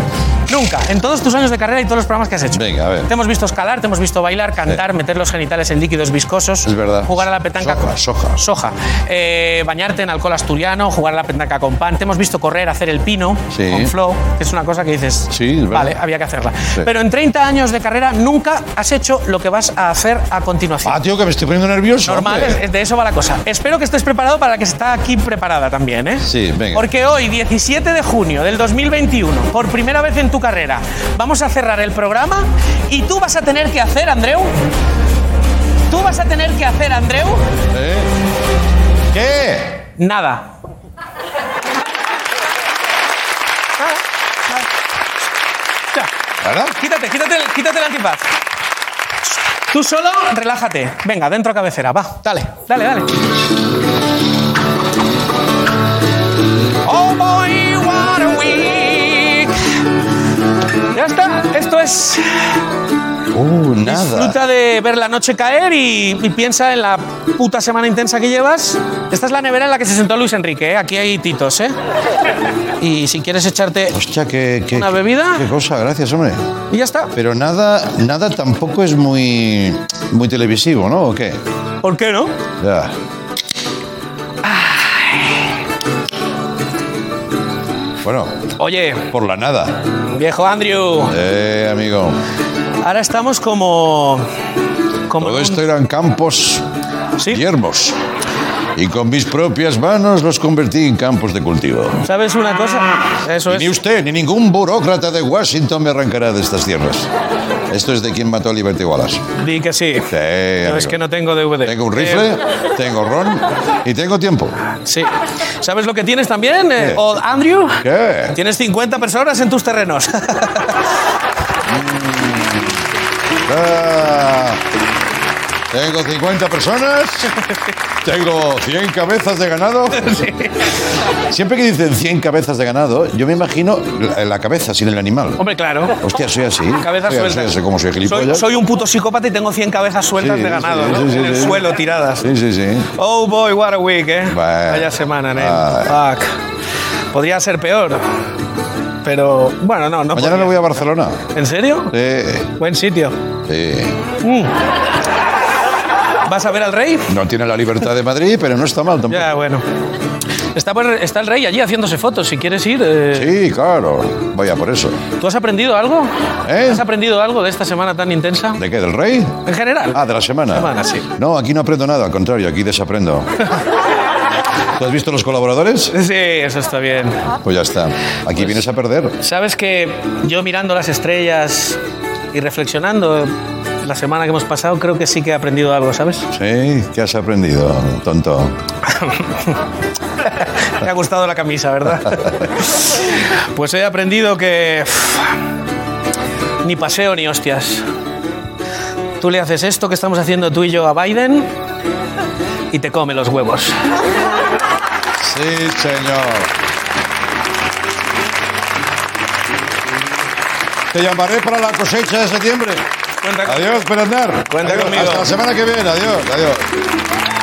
Speaker 10: Nunca. En todos tus años de carrera y todos los programas que has hecho.
Speaker 2: Venga, a ver. Eh.
Speaker 10: Te hemos visto escalar, te hemos visto bailar, cantar, meter los genitales en líquidos viscosos.
Speaker 2: Es verdad.
Speaker 10: Jugar a la petanca con soja. Eh, bañarte en alcohol asturiano, jugar a la petanca con pan. Te hemos visto correr, hacer el pino
Speaker 2: Sí.
Speaker 10: con flow, que es una cosa que dices.
Speaker 2: Sí, es verdad.
Speaker 10: Vale, había que hacerla.
Speaker 2: Sí.
Speaker 10: Pero en 30 años de carrera nunca has hecho lo que vas a hacer a continuación.
Speaker 2: Ah, tío, que me estoy poniendo nervioso.
Speaker 10: Normal,
Speaker 2: hombre.
Speaker 10: es- de eso va la cosa. Espero que estés preparado para la que está aquí preparada también, ¿eh?
Speaker 2: Sí, venga.
Speaker 10: Porque hoy, 17 de junio del 2021, por primera vez en tu carrera, vamos a cerrar el programa y tú vas a tener que hacer, Andreu. Tú vas a tener que hacer, Andreu.
Speaker 2: ¿Eh? ¿Qué?
Speaker 10: Nada. Ya.
Speaker 2: ¿Verdad?
Speaker 10: Quítate, quítate, el- quítate el antifaz. Tú solo, relájate. Venga, dentro cabecera, va. Dale, dale, dale. Oh boy, what a week. Ya está, esto es.
Speaker 2: Uh, nada.
Speaker 10: Disfruta de ver la noche caer y, y piensa en la puta semana intensa que llevas. Esta es la nevera en la que se sentó Luis Enrique, ¿eh? aquí hay titos, ¿eh? Y si quieres echarte
Speaker 2: Hostia, qué, qué-
Speaker 10: una bebida
Speaker 2: qué cosa, gracias, hombre.
Speaker 10: y ya está.
Speaker 2: Pero nada, nada tampoco es muy, muy televisivo, ¿no? ¿O qué?
Speaker 10: ¿Por qué no?
Speaker 2: Ya. Bueno,
Speaker 10: Oye,
Speaker 2: por la nada.
Speaker 10: viejo Andrew,
Speaker 2: Eh, amigo.
Speaker 10: ahora estamos como. como
Speaker 2: Todo
Speaker 10: en un-
Speaker 2: esto eran campos yermos. Y con mis propias manos los convertí en campos de cultivo.
Speaker 10: ¿Sabes una cosa? Eso
Speaker 2: Y
Speaker 10: es.
Speaker 2: ni usted ni ningún burócrata de Washington me arrancará de estas tierras. Esto es de quien mató a Liberty Wallace.
Speaker 10: Di que sí.
Speaker 2: Sí,
Speaker 10: No, es
Speaker 2: amigo.
Speaker 10: que no tengo DVD.
Speaker 2: Tengo un rifle,
Speaker 10: Eh,
Speaker 2: tengo ron y tengo tiempo.
Speaker 10: sí. ¿Sabes lo que tienes también, eh, old Andrew?
Speaker 2: ¿Qué?
Speaker 10: Tienes 50 personas en
Speaker 2: (laughs)
Speaker 10: tus terrenos.
Speaker 2: Ah, tengo 50 personas, tengo 100 cabezas de ganado. Siempre que dicen 100 cabezas de ganado, yo me imagino la, la cabeza sin el animal.
Speaker 10: Hombre, claro.
Speaker 2: Hostia, soy así.
Speaker 10: Cabezas
Speaker 2: soy, así,
Speaker 10: sueltas.
Speaker 2: soy como soy
Speaker 10: Soy,
Speaker 2: gilipollas.
Speaker 10: soy un puto psicópata y tengo 100 cabezas sueltas
Speaker 2: Sí,
Speaker 10: de ganado,
Speaker 2: sí,
Speaker 10: ¿no?
Speaker 2: sí, sí,
Speaker 10: en el
Speaker 2: sí.
Speaker 10: suelo tiradas.
Speaker 2: Sí, sí, sí.
Speaker 10: Oh boy, what a week, ¿eh?
Speaker 2: Bueno.
Speaker 10: Vaya semana, ¿eh?
Speaker 2: Ay.
Speaker 10: Fuck. Podría ser peor. Pero, bueno, no, no.
Speaker 2: Mañana me
Speaker 10: podría.
Speaker 2: voy a Barcelona.
Speaker 10: ¿En serio?
Speaker 2: Sí,
Speaker 10: Buen sitio.
Speaker 2: sí.
Speaker 10: Mm. ¿Vas a ver al rey?
Speaker 2: No tiene la libertad de Madrid, pero no está mal tampoco.
Speaker 10: Ya, bueno. Está, por- está el rey allí haciéndose fotos, si quieres ir. eh.
Speaker 2: Sí, claro. Vaya por eso.
Speaker 10: ¿Tú has aprendido algo? ¿Has aprendido algo de esta semana tan intensa?
Speaker 2: ¿Eh? ¿De qué? ¿Del rey?
Speaker 10: En general.
Speaker 2: Ah, de la semana.
Speaker 10: Semana, sí.
Speaker 2: No, aquí no aprendo nada, al contrario, aquí desaprendo. ¿Tú has visto los colaboradores?
Speaker 10: Sí, eso está bien.
Speaker 2: Pues ya está. Aquí vienes a perder.
Speaker 10: Sabes que yo mirando las estrellas y reflexionando la semana que hemos pasado, creo que sí que he aprendido algo, ¿sabes?
Speaker 2: Sí, ¿qué has aprendido, tonto?
Speaker 10: (laughs) Me ha gustado la camisa, ¿verdad? pues he aprendido que. pff, ni paseo ni hostias. Tú le haces esto que estamos haciendo tú y yo a Biden y te come los huevos.
Speaker 2: Sí, señor. Te llamaré para la cosecha de septiembre. adiós, Perandar.
Speaker 10: Cuenta
Speaker 2: adiós.
Speaker 10: conmigo.
Speaker 2: Hasta la semana que viene. Adiós, adiós.